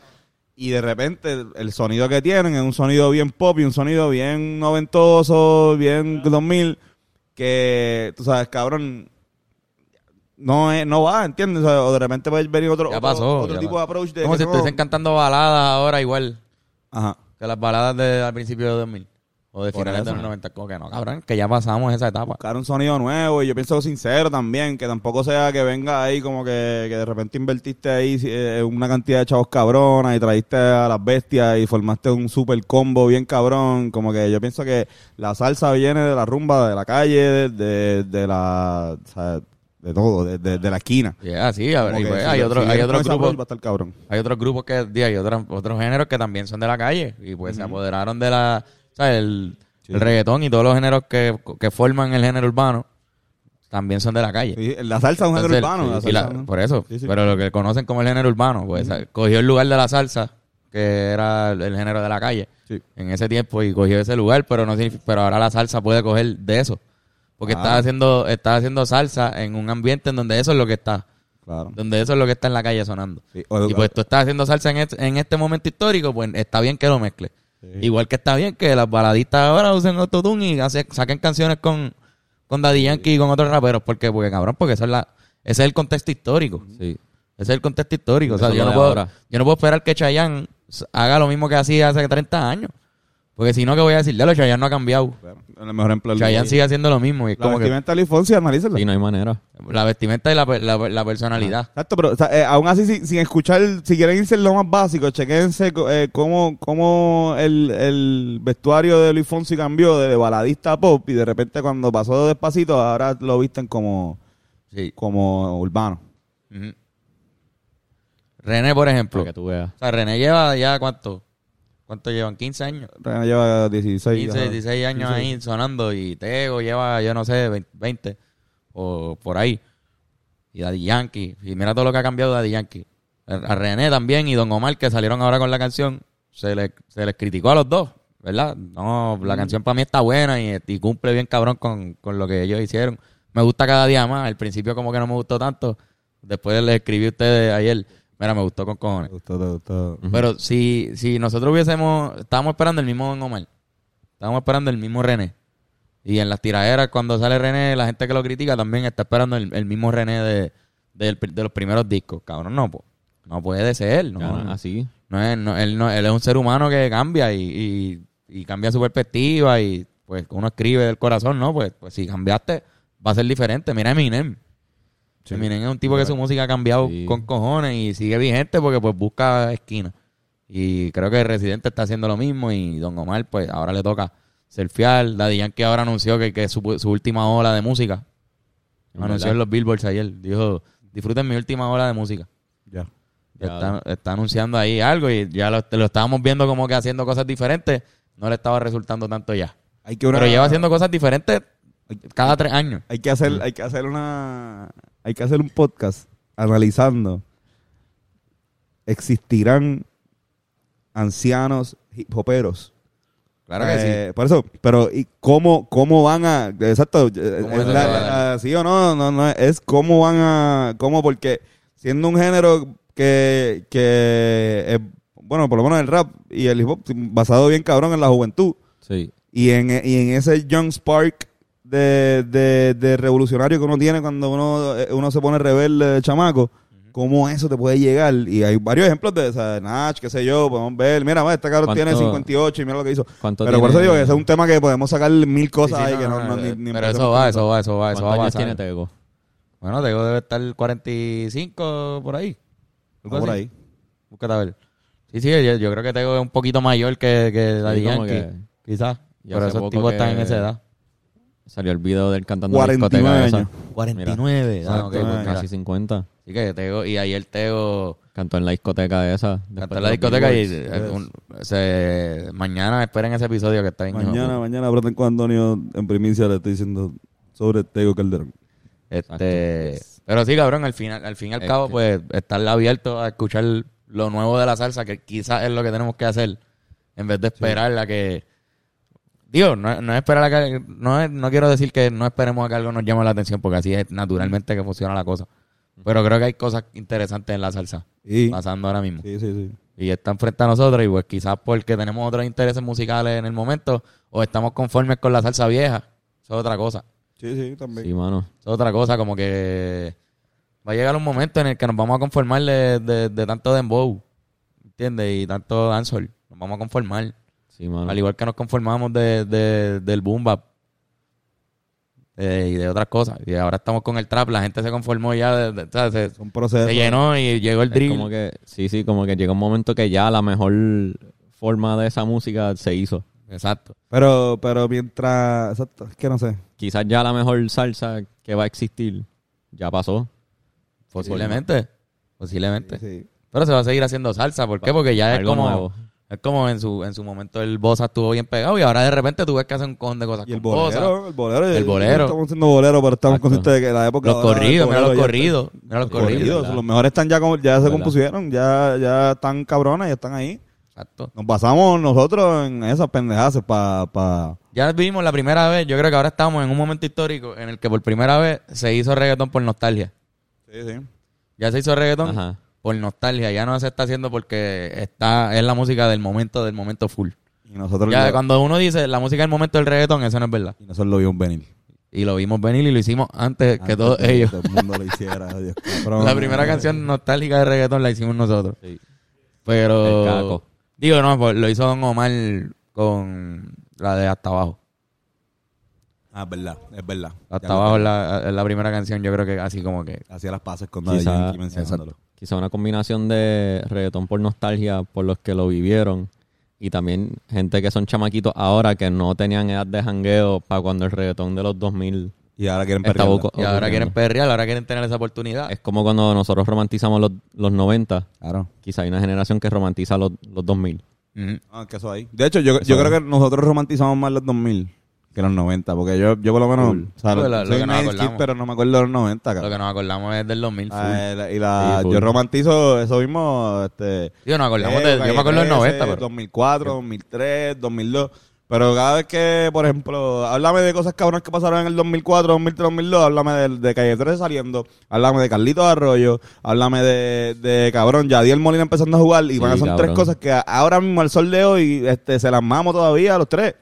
[SPEAKER 3] Y de repente el- el sonido que tienen es un sonido bien pop y un sonido bien noventoso, bien 2000, que tú sabes, cabrón, no es, no va, ¿entiendes? O, sea, o de repente puede venir otro,
[SPEAKER 1] Ya
[SPEAKER 3] otro-
[SPEAKER 1] pasó.
[SPEAKER 3] otro
[SPEAKER 1] ya
[SPEAKER 3] tipo de
[SPEAKER 1] pasó.
[SPEAKER 3] approach de
[SPEAKER 1] Como
[SPEAKER 3] que
[SPEAKER 1] si
[SPEAKER 3] no-
[SPEAKER 1] estuviesen cantando baladas ahora igual
[SPEAKER 3] Ajá.
[SPEAKER 1] que las baladas de al principio de 2000 o de
[SPEAKER 3] Por
[SPEAKER 1] finales de
[SPEAKER 3] eso.
[SPEAKER 1] los 90. Como que no, cabrón, que ya pasamos esa etapa.
[SPEAKER 3] buscar un sonido nuevo y yo pienso sincero también, que tampoco sea que venga ahí como que, que de repente invertiste ahí eh, una cantidad de chavos cabronas y trajiste a las bestias y formaste un super combo bien cabrón, como que yo pienso que la salsa viene de la rumba, de la calle, de, de, de la... o sea, de todo, de, de- de la esquina.
[SPEAKER 1] Y es así, a ver,
[SPEAKER 3] Como
[SPEAKER 1] y
[SPEAKER 3] que
[SPEAKER 1] pues
[SPEAKER 3] si-
[SPEAKER 1] hay
[SPEAKER 3] si
[SPEAKER 1] otros
[SPEAKER 3] vienes
[SPEAKER 1] hay
[SPEAKER 3] con
[SPEAKER 1] otros
[SPEAKER 3] esa
[SPEAKER 1] grupos
[SPEAKER 3] approach Va a estar cabrón.
[SPEAKER 1] hay otros grupos que y hay otros otros géneros que también son de la calle y pues se apoderaron de la o sea, el, el reggaetón y todos los géneros que, que forman el género urbano también son de la calle.
[SPEAKER 3] Sí, la salsa es un género
[SPEAKER 1] Entonces,
[SPEAKER 3] urbano. la
[SPEAKER 1] sí, y la-
[SPEAKER 3] salsa, ¿no?
[SPEAKER 1] Por eso.
[SPEAKER 3] Sí, sí.
[SPEAKER 1] Pero lo que conocen como el género urbano, pues sa- cogió el lugar de la salsa, que era el el género de la calle,
[SPEAKER 3] Sí.
[SPEAKER 1] en ese tiempo, y cogió ese lugar, pero no signifi- pero ahora la salsa puede coger de eso. Porque
[SPEAKER 3] Ah.
[SPEAKER 1] está haciendo, está haciendo salsa en un ambiente en donde eso es lo que está.
[SPEAKER 3] Claro.
[SPEAKER 1] Donde eso es lo que está en la calle sonando.
[SPEAKER 3] Sí, o-
[SPEAKER 1] y pues tú estás haciendo salsa en este, en este momento histórico, pues está bien que lo mezcles. Igual que está bien que las baladistas ahora usen autotune y hace- saquen canciones con, con Daddy Yankee y con otros raperos. ¿Por qué? Porque cabrón, porque eso es la, ese es el contexto histórico.
[SPEAKER 2] Sí.
[SPEAKER 1] Ese es el contexto histórico. O sea,
[SPEAKER 2] Eso es
[SPEAKER 1] yo no,
[SPEAKER 2] lo de
[SPEAKER 1] puedo,
[SPEAKER 2] ahora.
[SPEAKER 1] yo no puedo esperar que Chayanne s- haga lo mismo que hacía hace 30 años. Porque si no, ¿qué voy a decir? Ya lo Chayanne no ha cambiado.
[SPEAKER 3] Bueno, el mejor empleo. del
[SPEAKER 1] Chayanne
[SPEAKER 3] mundo.
[SPEAKER 1] sigue haciendo lo mismo. Y es
[SPEAKER 3] La
[SPEAKER 1] como que
[SPEAKER 3] vestimenta de Luis Fonsi, analízala.
[SPEAKER 2] Sí, no hay manera.
[SPEAKER 1] la vestimenta y la, pe- la- la personalidad.
[SPEAKER 3] Exacto, pero o sea, eh, aún así, sin, sin escuchar, si quieren irse en lo más básico, chequense co- eh, cómo, cómo el, el vestuario de Luis Fonsi cambió de baladista a pop y de repente cuando pasó despacito, ahora lo visten como,
[SPEAKER 1] Sí.
[SPEAKER 3] como urbano.
[SPEAKER 1] Ujú. René, por ejemplo.
[SPEAKER 2] Para que tú veas.
[SPEAKER 1] O sea, René lleva ya cuánto? ¿Cuánto llevan? 15 años.
[SPEAKER 3] René lleva 16,
[SPEAKER 1] 15,
[SPEAKER 3] ajá.
[SPEAKER 1] 16 años ahí sonando y Tego lleva, yo no sé, 20, 20, o por ahí. Y Daddy Yankee. Y mira todo lo que ha cambiado Daddy Yankee. A a René también y Don Omar que salieron ahora con la canción. Se les, se les criticó a los dos, ¿verdad? No, la canción para mí está buena y, y cumple bien cabrón con, con lo que ellos hicieron. Me gusta cada día más. Al principio como que no me gustó tanto. Después les escribí a ustedes ayer. Mira, me gustó con cojones.
[SPEAKER 3] Te gustó, te gustó.
[SPEAKER 1] Pero si, si nosotros hubiésemos, estábamos esperando el mismo Don Omar, estábamos esperando el mismo René. Y en las tiraderas, cuando sale René, la gente que lo critica también está esperando el, el mismo René de, del pri- de los primeros discos. Cabrón, no, po. no puede ser. No,
[SPEAKER 2] Ya, Así.
[SPEAKER 1] No es, no- él, no- él es un ser humano que cambia y, y- y cambia su perspectiva y pues uno escribe del corazón, ¿no? Pues, pues si cambiaste, va a ser diferente. Mira Eminem. Eminem es un tipo que su música ha cambiado
[SPEAKER 2] Sí.
[SPEAKER 1] con cojones y sigue vigente porque pues busca esquina. Y creo que Residente está haciendo lo mismo y Don Omar pues ahora le toca surfear. Daddy Yankee ahora anunció que, que es su, su última ola de música.
[SPEAKER 2] En
[SPEAKER 1] anunció
[SPEAKER 2] verdad.
[SPEAKER 1] en los billboards ayer. Dijo, disfruten mi última ola de música.
[SPEAKER 3] Ya.
[SPEAKER 1] Ya
[SPEAKER 2] Ya.
[SPEAKER 1] Está, está anunciando ahí algo y ya lo, lo estábamos viendo como que haciendo cosas diferentes. No le estaba resultando tanto ya.
[SPEAKER 3] Hay que una-
[SPEAKER 1] Pero lleva haciendo cosas diferentes cada tres años.
[SPEAKER 3] Hay que hacer, hay que hacer una, hay que hacer un podcast analizando. ¿Existirán ancianos hip hoperos?
[SPEAKER 1] Claro que sí.
[SPEAKER 3] Eh, Por eso, pero ¿y cómo, cómo van a...? Exacto, eh,
[SPEAKER 1] ¿Cómo
[SPEAKER 3] es
[SPEAKER 1] se
[SPEAKER 3] la-
[SPEAKER 1] va a dar?
[SPEAKER 3] la- sí o no, no, no, es cómo van a... Cómo, porque siendo un género que, que es, bueno, por lo menos el rap y el hip hop, basado bien cabrón en la juventud,
[SPEAKER 2] Sí.
[SPEAKER 3] y en, y en ese young spark de, de, de revolucionario que uno tiene cuando uno, eh, uno se pone rebelde de chamaco, ¿cómo eso te puede llegar? Y hay varios ejemplos de, o sea, Nach, qué sé yo, podemos ver, mira, va, este cabrón tiene
[SPEAKER 2] ¿Cuánto-
[SPEAKER 3] 58 y mira lo que hizo. Pero
[SPEAKER 2] cuánto
[SPEAKER 3] por
[SPEAKER 2] tiene-
[SPEAKER 3] eso digo que ese es un tema que podemos sacar mil
[SPEAKER 1] Sí,
[SPEAKER 3] cosas
[SPEAKER 1] sí,
[SPEAKER 3] ahí
[SPEAKER 1] no,
[SPEAKER 3] que no,
[SPEAKER 1] no,
[SPEAKER 3] no, eh,
[SPEAKER 1] no,
[SPEAKER 3] ni- ni
[SPEAKER 1] Pero
[SPEAKER 3] empezamos
[SPEAKER 1] eso
[SPEAKER 3] con
[SPEAKER 1] va, eso va, eso va, eso
[SPEAKER 2] ¿Cuántos
[SPEAKER 1] va a
[SPEAKER 2] años
[SPEAKER 1] pasar.
[SPEAKER 2] tiene este? Tego?
[SPEAKER 1] Bueno, Tego debe estar 45 por ahí. Algo
[SPEAKER 3] Ah, por
[SPEAKER 1] así.
[SPEAKER 3] ahí.
[SPEAKER 1] Búscate a ver. Sí, sí, yo, yo creo que Tego es un poquito mayor que, que Daddy
[SPEAKER 2] como
[SPEAKER 1] Yankee.
[SPEAKER 2] que-
[SPEAKER 1] Quizás.
[SPEAKER 2] Y
[SPEAKER 1] Pero
[SPEAKER 2] hace
[SPEAKER 1] esos
[SPEAKER 2] poco
[SPEAKER 1] tipos están en
[SPEAKER 2] que-
[SPEAKER 1] esa edad.
[SPEAKER 2] Salió el video del cantando en la
[SPEAKER 3] 49
[SPEAKER 2] discoteca
[SPEAKER 3] años.
[SPEAKER 2] esa.
[SPEAKER 1] 49. Ah, ok,
[SPEAKER 3] Exacto, ah,
[SPEAKER 1] pues
[SPEAKER 3] mira.
[SPEAKER 1] mira.
[SPEAKER 2] Casi 50.
[SPEAKER 1] Así que Tego, y ayer Tego
[SPEAKER 2] Cantó en la discoteca esa.
[SPEAKER 1] cantó
[SPEAKER 2] después
[SPEAKER 1] en la
[SPEAKER 2] de los
[SPEAKER 1] discoteca y
[SPEAKER 2] Billboards.
[SPEAKER 1] eh, un- se- mañana esperen ese episodio que está bien. hijo de
[SPEAKER 3] Mañana,
[SPEAKER 1] puta.
[SPEAKER 3] mañana, broten con Antonio en primicia le estoy diciendo sobre Tego Calderón.
[SPEAKER 2] Este.
[SPEAKER 1] Este, pero sí, cabrón, al final, al fin y al cabo, pues estar abierto a escuchar lo nuevo de la salsa, que quizás es lo que tenemos que hacer, en vez de esperar a que... Digo, no, no es esperar a que... No, es- no quiero decir que no esperemos a que algo nos llame la atención, porque así es naturalmente que funciona la cosa. Pero creo que hay cosas interesantes en la salsa,
[SPEAKER 3] Y,
[SPEAKER 1] pasando ahora mismo
[SPEAKER 3] sí, sí, sí.
[SPEAKER 1] y están frente a nosotros y pues quizás porque tenemos otros intereses musicales en el momento o estamos conformes con la salsa vieja. Eso es otra cosa.
[SPEAKER 3] Sí, sí, también.
[SPEAKER 2] Sí, mano.
[SPEAKER 1] Eso es otra cosa, como que va a llegar un momento en el que nos vamos a conformar de, de- de tanto dembow, ¿entiendes? Y tanto dancehall. Nos vamos a conformar.
[SPEAKER 2] Sí, mano.
[SPEAKER 1] Al igual que nos conformamos de, de- del boom bap eh, y de otras cosas. Y ahora estamos con el trap, la gente se conformó ya, de- de- ¿sabes? Se,
[SPEAKER 3] Son procesos.
[SPEAKER 1] se llenó y llegó el
[SPEAKER 2] Es
[SPEAKER 1] drill.
[SPEAKER 2] como que, sí, sí, como que llega un momento que ya la mejor forma de esa música se hizo.
[SPEAKER 1] Exacto.
[SPEAKER 3] Pero, pero mientras. Exacto, es que no sé.
[SPEAKER 2] Quizás ya la mejor salsa que va a existir ya pasó.
[SPEAKER 1] Posiblemente. Posiblemente.
[SPEAKER 3] Sí.
[SPEAKER 1] Pero se va a seguir haciendo salsa. ¿Por qué? Porque ya es
[SPEAKER 2] Algo
[SPEAKER 1] como.
[SPEAKER 2] nuevo.
[SPEAKER 1] Es como en su, en su momento el Bosa estuvo bien pegado y ahora de repente tú ves que hacen un cojón de cosas
[SPEAKER 3] Y el
[SPEAKER 1] con Bosa.
[SPEAKER 3] bolero, el bolero. eh,
[SPEAKER 1] El bolero.
[SPEAKER 3] Estamos haciendo bolero, pero estamos
[SPEAKER 2] Exacto.
[SPEAKER 3] conscientes de que la época.
[SPEAKER 1] Los
[SPEAKER 3] ahora del
[SPEAKER 1] corridos, mira los
[SPEAKER 3] bolero ya
[SPEAKER 1] corridos. Mira los
[SPEAKER 3] está- Corridos.
[SPEAKER 1] corridos.
[SPEAKER 2] ¿verdad?
[SPEAKER 3] Los mejores están ya, como- ya se
[SPEAKER 2] ¿Verdad?
[SPEAKER 3] compusieron, ya, ya están cabronas, ya están ahí.
[SPEAKER 1] Exacto.
[SPEAKER 3] Nos basamos nosotros en esas pendejadas para. Pa,
[SPEAKER 1] Ya vivimos la primera vez. Yo creo que ahora estamos en un momento histórico en el que por primera vez se hizo reggaetón por nostalgia.
[SPEAKER 3] sí, sí.
[SPEAKER 1] Ya se hizo reggaetón
[SPEAKER 2] Ajá.
[SPEAKER 1] por nostalgia. Ya no se está haciendo porque está es la música del momento, del momento full.
[SPEAKER 3] Y nosotros,
[SPEAKER 1] Ya
[SPEAKER 3] lo,
[SPEAKER 1] cuando uno dice la música del momento del reggaetón, eso no es verdad.
[SPEAKER 3] y nosotros lo vimos venir.
[SPEAKER 1] Y lo vimos venir y lo hicimos antes que
[SPEAKER 3] Antes
[SPEAKER 1] todos
[SPEAKER 3] de que
[SPEAKER 1] ellos.
[SPEAKER 3] Todo el mundo lo hiciera.
[SPEAKER 1] <laughs>
[SPEAKER 3] Dios, cabrón.
[SPEAKER 1] La primera canción nostálgica de reggaetón la hicimos nosotros.
[SPEAKER 2] Sí.
[SPEAKER 1] Pero.
[SPEAKER 2] El caco.
[SPEAKER 1] Digo, no, pues, lo hizo Don Omar con la de Hasta Abajo.
[SPEAKER 3] Ah, es verdad, es verdad.
[SPEAKER 1] Hasta
[SPEAKER 3] Ya
[SPEAKER 1] Abajo es la, es la primera canción, yo creo que así como que.
[SPEAKER 3] Hacía las pases con Daddy
[SPEAKER 2] Quizá-
[SPEAKER 3] Yankee mencionándolo.
[SPEAKER 2] Quizá una combinación de reggaetón por nostalgia por los que lo vivieron y también gente que son chamaquitos ahora que no tenían edad de jangueo para cuando el reggaetón de los 2000
[SPEAKER 3] Y ahora quieren
[SPEAKER 2] Esta
[SPEAKER 3] perrearla.
[SPEAKER 2] boca-
[SPEAKER 1] Y ahora
[SPEAKER 2] ocurriendo.
[SPEAKER 1] quieren perrear, ahora quieren tener esa oportunidad.
[SPEAKER 2] es como cuando nosotros romantizamos los, los 90
[SPEAKER 3] Claro.
[SPEAKER 2] quizá hay una generación que romantiza los, los 2000
[SPEAKER 1] Ujú.
[SPEAKER 3] Ah, que eso ahí. De hecho, yo, yo
[SPEAKER 2] ahí.
[SPEAKER 3] creo que nosotros romantizamos más los 2000 que los 90, porque yo, yo por lo menos, o sea,
[SPEAKER 1] Pues
[SPEAKER 3] lo-
[SPEAKER 1] la- lo
[SPEAKER 3] soy
[SPEAKER 1] que
[SPEAKER 3] un
[SPEAKER 1] nos
[SPEAKER 3] age kid,
[SPEAKER 1] acordamos.
[SPEAKER 3] pero no me acuerdo de los 90,
[SPEAKER 1] Lo
[SPEAKER 3] cabrón.
[SPEAKER 1] que nos acordamos es del 2000. full.
[SPEAKER 3] Ah, la- y la,
[SPEAKER 2] Sí, full.
[SPEAKER 3] yo romantizo eso mismo, este...
[SPEAKER 1] Digo, nos acordamos
[SPEAKER 3] eh,
[SPEAKER 1] de. Yo me acuerdo del
[SPEAKER 3] 13,
[SPEAKER 1] 90, pero.
[SPEAKER 3] 2004, 2003, 2002. Pero cada vez que, por ejemplo, háblame de cosas cabronas que pasaron en el 2004, 2003, 2002, háblame de, de Calle 13 saliendo, háblame de Carlitos Arroyo, háblame de, de cabrón, Yadiel Molina empezando a jugar. Y
[SPEAKER 2] Sí,
[SPEAKER 3] van a son tres
[SPEAKER 2] cabrón.
[SPEAKER 3] cosas que a- ahora mismo al sol de hoy este, se las mamo todavía a los tres.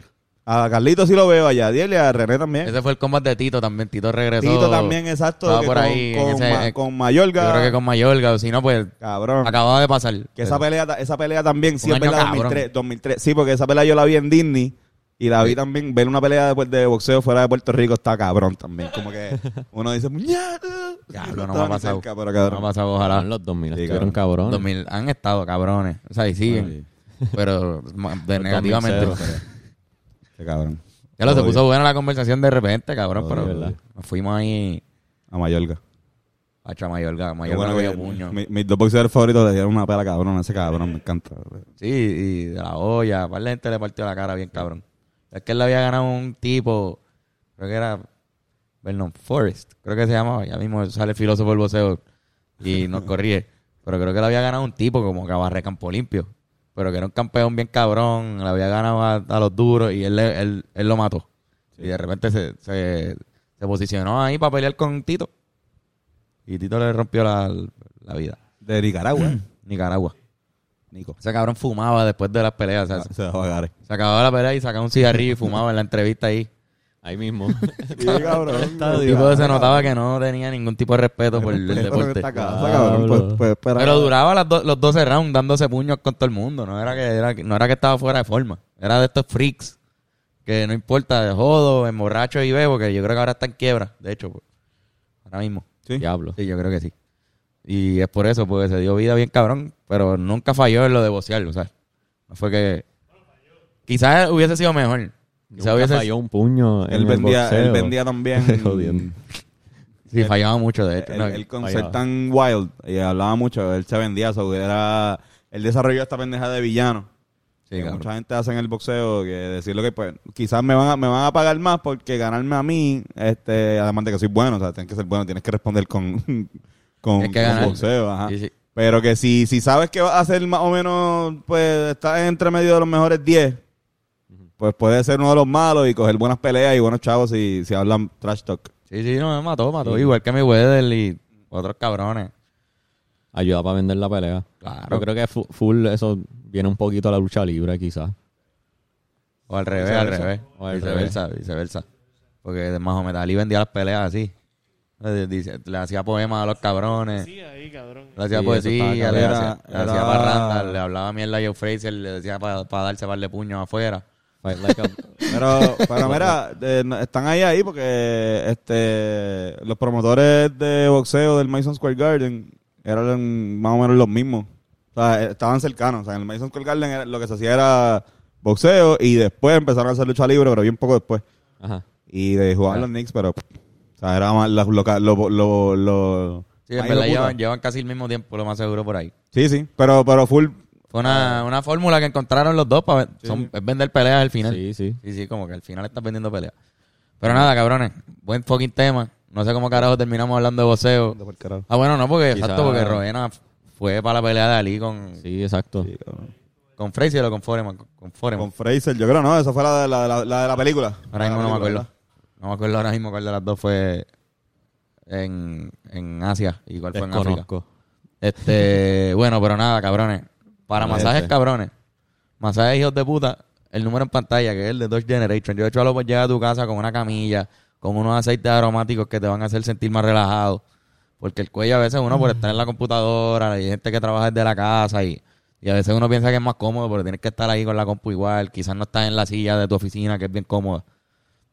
[SPEAKER 3] A Carlitos sí lo veo, a Yadiel y a René también.
[SPEAKER 1] Ese fue el combate de Tito también. Tito regresó.
[SPEAKER 3] Tito también, exacto,
[SPEAKER 1] estaba
[SPEAKER 3] que
[SPEAKER 1] por
[SPEAKER 3] con,
[SPEAKER 1] ahí, en
[SPEAKER 3] con,
[SPEAKER 1] ese- eh,
[SPEAKER 3] Ma- con
[SPEAKER 1] Yo
[SPEAKER 3] Mayorga.
[SPEAKER 1] creo que con Mayorga, o si no, pues.
[SPEAKER 3] Cabrón.
[SPEAKER 1] Acababa de pasar.
[SPEAKER 3] Que esa pelea, ta- esa pelea también, sí,
[SPEAKER 1] Un
[SPEAKER 3] es
[SPEAKER 1] año
[SPEAKER 3] verdad,
[SPEAKER 1] cabrón.
[SPEAKER 3] 2003, 2003. Sí, porque esa pelea yo la vi en Disney y la vi
[SPEAKER 1] Sí.
[SPEAKER 3] también. Ver una pelea de, de boxeo fuera de Puerto Rico está cabrón también.
[SPEAKER 1] <laughs>
[SPEAKER 3] Como que uno dice, ¡Muñeca!
[SPEAKER 1] Diablo, no
[SPEAKER 3] Estaba
[SPEAKER 1] me ha
[SPEAKER 3] ni
[SPEAKER 1] pasado.
[SPEAKER 3] cerca,
[SPEAKER 1] No
[SPEAKER 3] pero cabrón.
[SPEAKER 1] ha pasado, ojalá.
[SPEAKER 2] los 2000
[SPEAKER 3] Sí,
[SPEAKER 2] estuvieron cabrones
[SPEAKER 1] 2000 han estado cabrones. O sea, y siguen. Pero
[SPEAKER 3] <laughs>
[SPEAKER 1] ma- de negativamente.
[SPEAKER 2] 2000.
[SPEAKER 3] Qué cabrón.
[SPEAKER 1] Ya lo se
[SPEAKER 3] Odio.
[SPEAKER 1] puso buena la conversación de repente, cabrón.
[SPEAKER 3] Odio,
[SPEAKER 1] pero
[SPEAKER 2] ¿verdad?
[SPEAKER 1] nos fuimos ahí
[SPEAKER 3] A Mayorga.
[SPEAKER 1] a Chamayorga.
[SPEAKER 3] Qué
[SPEAKER 1] Mayorga
[SPEAKER 3] bueno
[SPEAKER 1] cogió
[SPEAKER 3] que-
[SPEAKER 1] puño.
[SPEAKER 3] mi- mis dos boxeadores favoritos le dieron una pela cabrón a ese cabrón, me encanta.
[SPEAKER 1] Sí, y de la olla. Par de gente le partió la cara bien, cabrón. Es que él le había ganado un tipo, creo que era Vernon Forrest, creo que se llamaba. Ya mismo sale el filósofo del voceo y nos corríe. Pero creo que le había ganado un tipo como Cabarre Campo Limpio. Pero que era un campeón bien cabrón, le había ganado a, a los duros y él, le- él, él lo mató. Y de repente se, se, se posicionó ahí para pelear con Tito. Y Tito le rompió la, la vida.
[SPEAKER 3] De
[SPEAKER 1] <clears throat>
[SPEAKER 3] Nicaragua.
[SPEAKER 1] Nicaragua.
[SPEAKER 3] Nico.
[SPEAKER 1] Ese cabrón fumaba después de las peleas. o sea,
[SPEAKER 3] Ah, Se va
[SPEAKER 1] <laughs>
[SPEAKER 3] a pagar.
[SPEAKER 1] se acababa la pelea y sacaba un <laughs> cigarrillo y fumaba en la entrevista ahí.
[SPEAKER 2] ahí
[SPEAKER 3] <laughs>
[SPEAKER 2] mismo
[SPEAKER 3] Sí, cabrón.
[SPEAKER 1] El tipo se notaba que no tenía ningún tipo de respeto por el deporte.
[SPEAKER 3] Esta casa, cabrón.
[SPEAKER 2] Diablo.
[SPEAKER 3] Pues- pues espera.
[SPEAKER 1] Pero duraba las do- los 12 rounds dándose puños con todo el mundo. No era que era, que- no era que estaba fuera de forma. Era de estos freaks que no importa, de jodo, emborracho y bebo, que yo creo que ahora está en quiebra, de hecho. pues. Ahora mismo.
[SPEAKER 3] Sí.
[SPEAKER 2] diablo
[SPEAKER 1] Sí, yo creo que sí. Y es por eso, porque se dio vida bien cabrón, pero nunca falló en lo de bocearlo, ¿sabes? No fue que... Quizás hubiese sido mejor. Quizás
[SPEAKER 2] Nunca
[SPEAKER 1] hubiese...
[SPEAKER 2] falló un puño en
[SPEAKER 3] Él
[SPEAKER 2] el
[SPEAKER 3] vendía, él
[SPEAKER 2] boxeo.
[SPEAKER 3] vendía también.
[SPEAKER 1] <laughs>
[SPEAKER 2] Jodiendo.
[SPEAKER 1] Sí, fallaba mucho, de hecho.
[SPEAKER 3] el,
[SPEAKER 1] No,
[SPEAKER 3] el con
[SPEAKER 2] fallaba.
[SPEAKER 3] ser tan wild y hablaba mucho, él se vendía, so, era, él desarrolló esta pendeja de villano.
[SPEAKER 1] sí,
[SPEAKER 3] que
[SPEAKER 1] cabrón.
[SPEAKER 3] mucha gente hace en el boxeo que decir lo que pues, quizás me van a, me van a pagar más porque ganarme a mí, este, además de que soy bueno, o sea, tienes que ser bueno, tienes que responder con <laughs> con,
[SPEAKER 1] Tienes que
[SPEAKER 3] con
[SPEAKER 1] ganar.
[SPEAKER 3] boxeo, ajá.
[SPEAKER 1] Sí, sí.
[SPEAKER 3] Pero que si, si sabes que vas a ser más o menos, pues estás entre medio de los mejores 10, pues puedes ser uno de los malos y coger buenas peleas y buenos chavos si, si hablan trash talk.
[SPEAKER 1] Sí, sí, no, me mató, mató. Igual que mi Weather y otros cabrones.
[SPEAKER 2] Ayuda para vender la pelea.
[SPEAKER 1] Claro.
[SPEAKER 2] Yo creo que fu- full eso viene un poquito a la lucha libre, quizás.
[SPEAKER 1] O al revés, al revés.
[SPEAKER 2] O al
[SPEAKER 1] viceversa, viceversa. Porque de Mahomet Ali vendía las peleas así. Le, dice- le hacía poemas a los cabrones.
[SPEAKER 4] Sí, ahí, cabrón.
[SPEAKER 1] Le hacía
[SPEAKER 2] Sí, eso estaba
[SPEAKER 1] poesía, le
[SPEAKER 3] cabrón.
[SPEAKER 1] hacía, le
[SPEAKER 3] Era-
[SPEAKER 1] hacía
[SPEAKER 3] era-
[SPEAKER 1] parranda, le hablaba mierda a Joe Fraser, le decía para darse par de puños afuera.
[SPEAKER 2] Fight like
[SPEAKER 3] <laughs>
[SPEAKER 2] a-
[SPEAKER 3] Pero, pero mira, eh, no- están ahí ahí porque este los promotores de boxeo del Madison Square Garden eran más o menos los mismos. O sea, eh, estaban cercanos. O sea, en el Madison Square Garden era- lo que se hacía era boxeo y después empezaron a hacer lucha libre, pero bien poco después.
[SPEAKER 2] Ajá.
[SPEAKER 3] Y de jugar
[SPEAKER 1] Ah.
[SPEAKER 3] los Knicks, pero... O sea, era más los locales... Lo, lo, lo-
[SPEAKER 1] Sí, en
[SPEAKER 3] más
[SPEAKER 1] verdad
[SPEAKER 3] hijoputa.
[SPEAKER 1] llevan, llevan casi el mismo tiempo, lo más seguro por ahí.
[SPEAKER 3] Sí, sí, pero, pero full...
[SPEAKER 1] Fue una, una fórmula que encontraron los dos para son- es vender peleas al final.
[SPEAKER 2] Sí, sí.
[SPEAKER 1] Sí, sí, como que al final estás vendiendo peleas. Pero nada, cabrones, buen fucking tema. No sé cómo carajo terminamos hablando de voceo.
[SPEAKER 3] Anda por carajo.
[SPEAKER 1] Ah, bueno, no, porque
[SPEAKER 2] Quizá-
[SPEAKER 1] exacto, porque Roena fue para la pelea de Ali con,
[SPEAKER 2] Sí, exacto.
[SPEAKER 3] Sí, cabrón.
[SPEAKER 1] con Frazier o con Foreman. Con, con Foreman.
[SPEAKER 3] Con Fraser, yo creo, ¿no? Esa fue la de la, la- la de la película.
[SPEAKER 1] ahora mismo no me
[SPEAKER 3] La película,
[SPEAKER 1] acuerdo. No me acuerdo ahora mismo cuál de las dos fue en, en Asia y cuál fue en África.
[SPEAKER 2] Desconozco.
[SPEAKER 1] Este, bueno, pero nada, cabrones. Para
[SPEAKER 2] Vale,
[SPEAKER 1] masajes,
[SPEAKER 2] este.
[SPEAKER 1] cabrones. Masajes, hijos de puta. El número en pantalla, que es el de Dodge Generation. Yo he hecho a los llega a tu casa con una camilla, con unos aceites aromáticos que te van a hacer sentir más relajado. Porque el cuello a veces uno por estar en la computadora, hay gente que trabaja desde la casa y, y a veces uno piensa que es más cómodo, pero tienes que estar ahí con la compu igual. Quizás no estás en la silla de tu oficina, que es bien cómoda.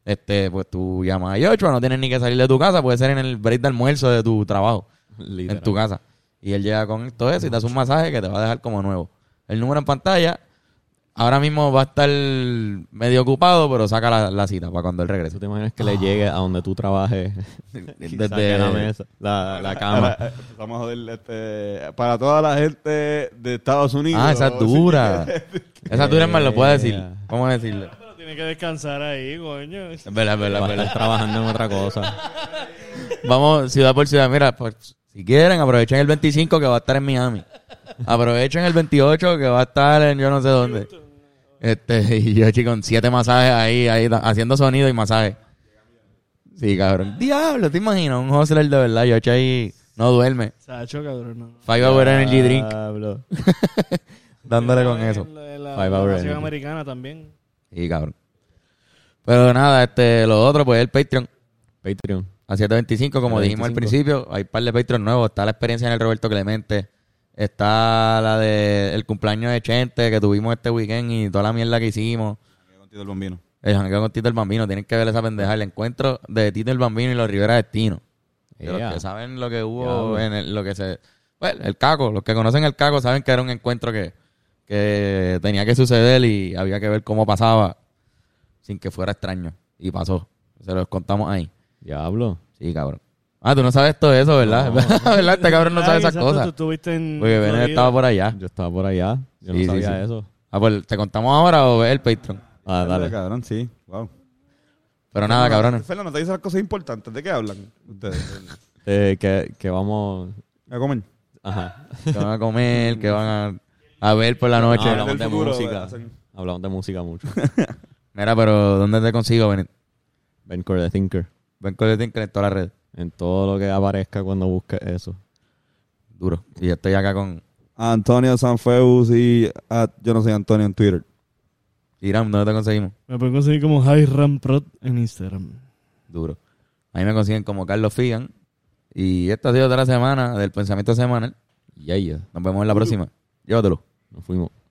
[SPEAKER 1] Este, pues tú llamas a Yocho, no tienes ni que salir de tu casa, puede ser en el break de almuerzo de tu trabajo en
[SPEAKER 2] Literal.
[SPEAKER 1] tu casa. Y él llega con todo eso y te hace un masaje que te va a dejar como nuevo. El número en pantalla, ahora mismo va a estar medio ocupado, pero saca la, la cita para cuando él regrese.
[SPEAKER 2] ¿Tú te imaginas que le llegue a donde tú
[SPEAKER 1] <laughs>
[SPEAKER 2] trabajes? Desde
[SPEAKER 1] Desde-
[SPEAKER 2] la mesa, la, la
[SPEAKER 1] <laughs>
[SPEAKER 2] cama.
[SPEAKER 3] Ahora, eh, empezamos a joder este, para toda la gente de Estados Unidos.
[SPEAKER 1] Ah, esa es
[SPEAKER 2] <laughs>
[SPEAKER 1] dura. Esa es dura, hermano, lo puedo decir.
[SPEAKER 2] Yeah.
[SPEAKER 1] ¿Cómo decirlo?
[SPEAKER 4] Pero tiene que descansar ahí, coño.
[SPEAKER 1] Es verdad, es verdad, es
[SPEAKER 2] Va a
[SPEAKER 1] verdad.
[SPEAKER 2] estar trabajando en
[SPEAKER 1] <laughs>
[SPEAKER 2] otra cosa.
[SPEAKER 1] Vamos ciudad por ciudad. Mira, pues, si quieren, aprovechen el 25 que va a estar en Miami. Aprovechen el 28 que va a estar en yo no sé dónde. Este, <laughs> y yo, chico, con siete masajes ahí, ahí, da- haciendo sonido y masaje. Sí, cabrón. Diablo, te imaginas, un hustler de verdad. Yo, ahí no duerme.
[SPEAKER 5] Sacho, cabrón, no.
[SPEAKER 1] Five Hour Energy Drink, <laughs>
[SPEAKER 2] Diablo.
[SPEAKER 1] dándole con eso.
[SPEAKER 4] En la, en la
[SPEAKER 2] Five hour
[SPEAKER 4] nación
[SPEAKER 2] energy.
[SPEAKER 4] americana también.
[SPEAKER 1] Sí, cabrón. Pero nada, este, lo otro, pues el Patreon.
[SPEAKER 2] Patreon.
[SPEAKER 1] A 725, como dijimos al
[SPEAKER 2] 725.
[SPEAKER 1] principio, hay un par de Patreons nuevos. Está la experiencia en el Roberto Clemente. Está la de el cumpleaños de Chente que tuvimos este weekend y toda la mierda que hicimos.
[SPEAKER 3] Contigo el bombino.
[SPEAKER 1] El jangueo con Tito el Bambino. Tienen que ver esa pendeja. El encuentro de Tito el Bambino y los Rivera Destino. De Los
[SPEAKER 2] Yeah.
[SPEAKER 1] que saben lo que hubo en el- lo que se... Bueno, el caco. Los que conocen el caco saben que era un encuentro que, que tenía que suceder y había que ver cómo pasaba sin que fuera extraño. Y pasó. Se los contamos ahí.
[SPEAKER 2] Diablo.
[SPEAKER 1] Sí, cabrón. Ah, tú no sabes todo eso, ¿verdad? <laughs> ¿Verdad? Este cabrón no sabe
[SPEAKER 5] Ay,
[SPEAKER 1] esas
[SPEAKER 5] exacto, Tú
[SPEAKER 1] cosas.
[SPEAKER 5] estuviste en.
[SPEAKER 1] Porque Benet
[SPEAKER 5] Florida.
[SPEAKER 1] estaba por allá.
[SPEAKER 2] Yo estaba por allá. Yo
[SPEAKER 1] Sí, sí,
[SPEAKER 2] no sabía
[SPEAKER 1] sí.
[SPEAKER 2] eso.
[SPEAKER 1] Ah, pues, ¿te contamos ahora o ves el Patreon?
[SPEAKER 2] Ah,
[SPEAKER 3] Dale,
[SPEAKER 2] dale.
[SPEAKER 3] cabrón, sí. Wow.
[SPEAKER 1] Pero nada, cabrones.
[SPEAKER 3] Fernando, te dice las cosas importantes. ¿De qué hablan ustedes? <laughs>
[SPEAKER 2] Eh, que, que vamos.
[SPEAKER 3] A comer.
[SPEAKER 2] Ajá.
[SPEAKER 1] Que van a comer, que van a, a ver por la noche.
[SPEAKER 2] No, hablamos
[SPEAKER 3] Del
[SPEAKER 2] de
[SPEAKER 3] futuro,
[SPEAKER 2] música.
[SPEAKER 3] hacen-
[SPEAKER 2] Hablamos de música mucho. <laughs>
[SPEAKER 1] Mira, pero ¿dónde te consigo, Benet?
[SPEAKER 2] Ben Core the Thinker.
[SPEAKER 1] Ven con el Tinker en todas las redes.
[SPEAKER 2] En todo lo que aparezca cuando busques eso.
[SPEAKER 1] Duro. Y yo estoy acá con
[SPEAKER 3] Antonio Sanfeus y at- yo no soy Antonio en Twitter.
[SPEAKER 1] Irán. ¿Dónde te conseguimos?
[SPEAKER 5] Me pueden conseguir como High Ram Prod en Instagram.
[SPEAKER 1] Duro. Ahí me consiguen como Carlos Figan. Y esta ha sido otra semana del Pensamiento Semanal.
[SPEAKER 2] Y ahí ya.
[SPEAKER 1] Nos vemos en la próxima. Llévatelo.
[SPEAKER 2] Nos fuimos.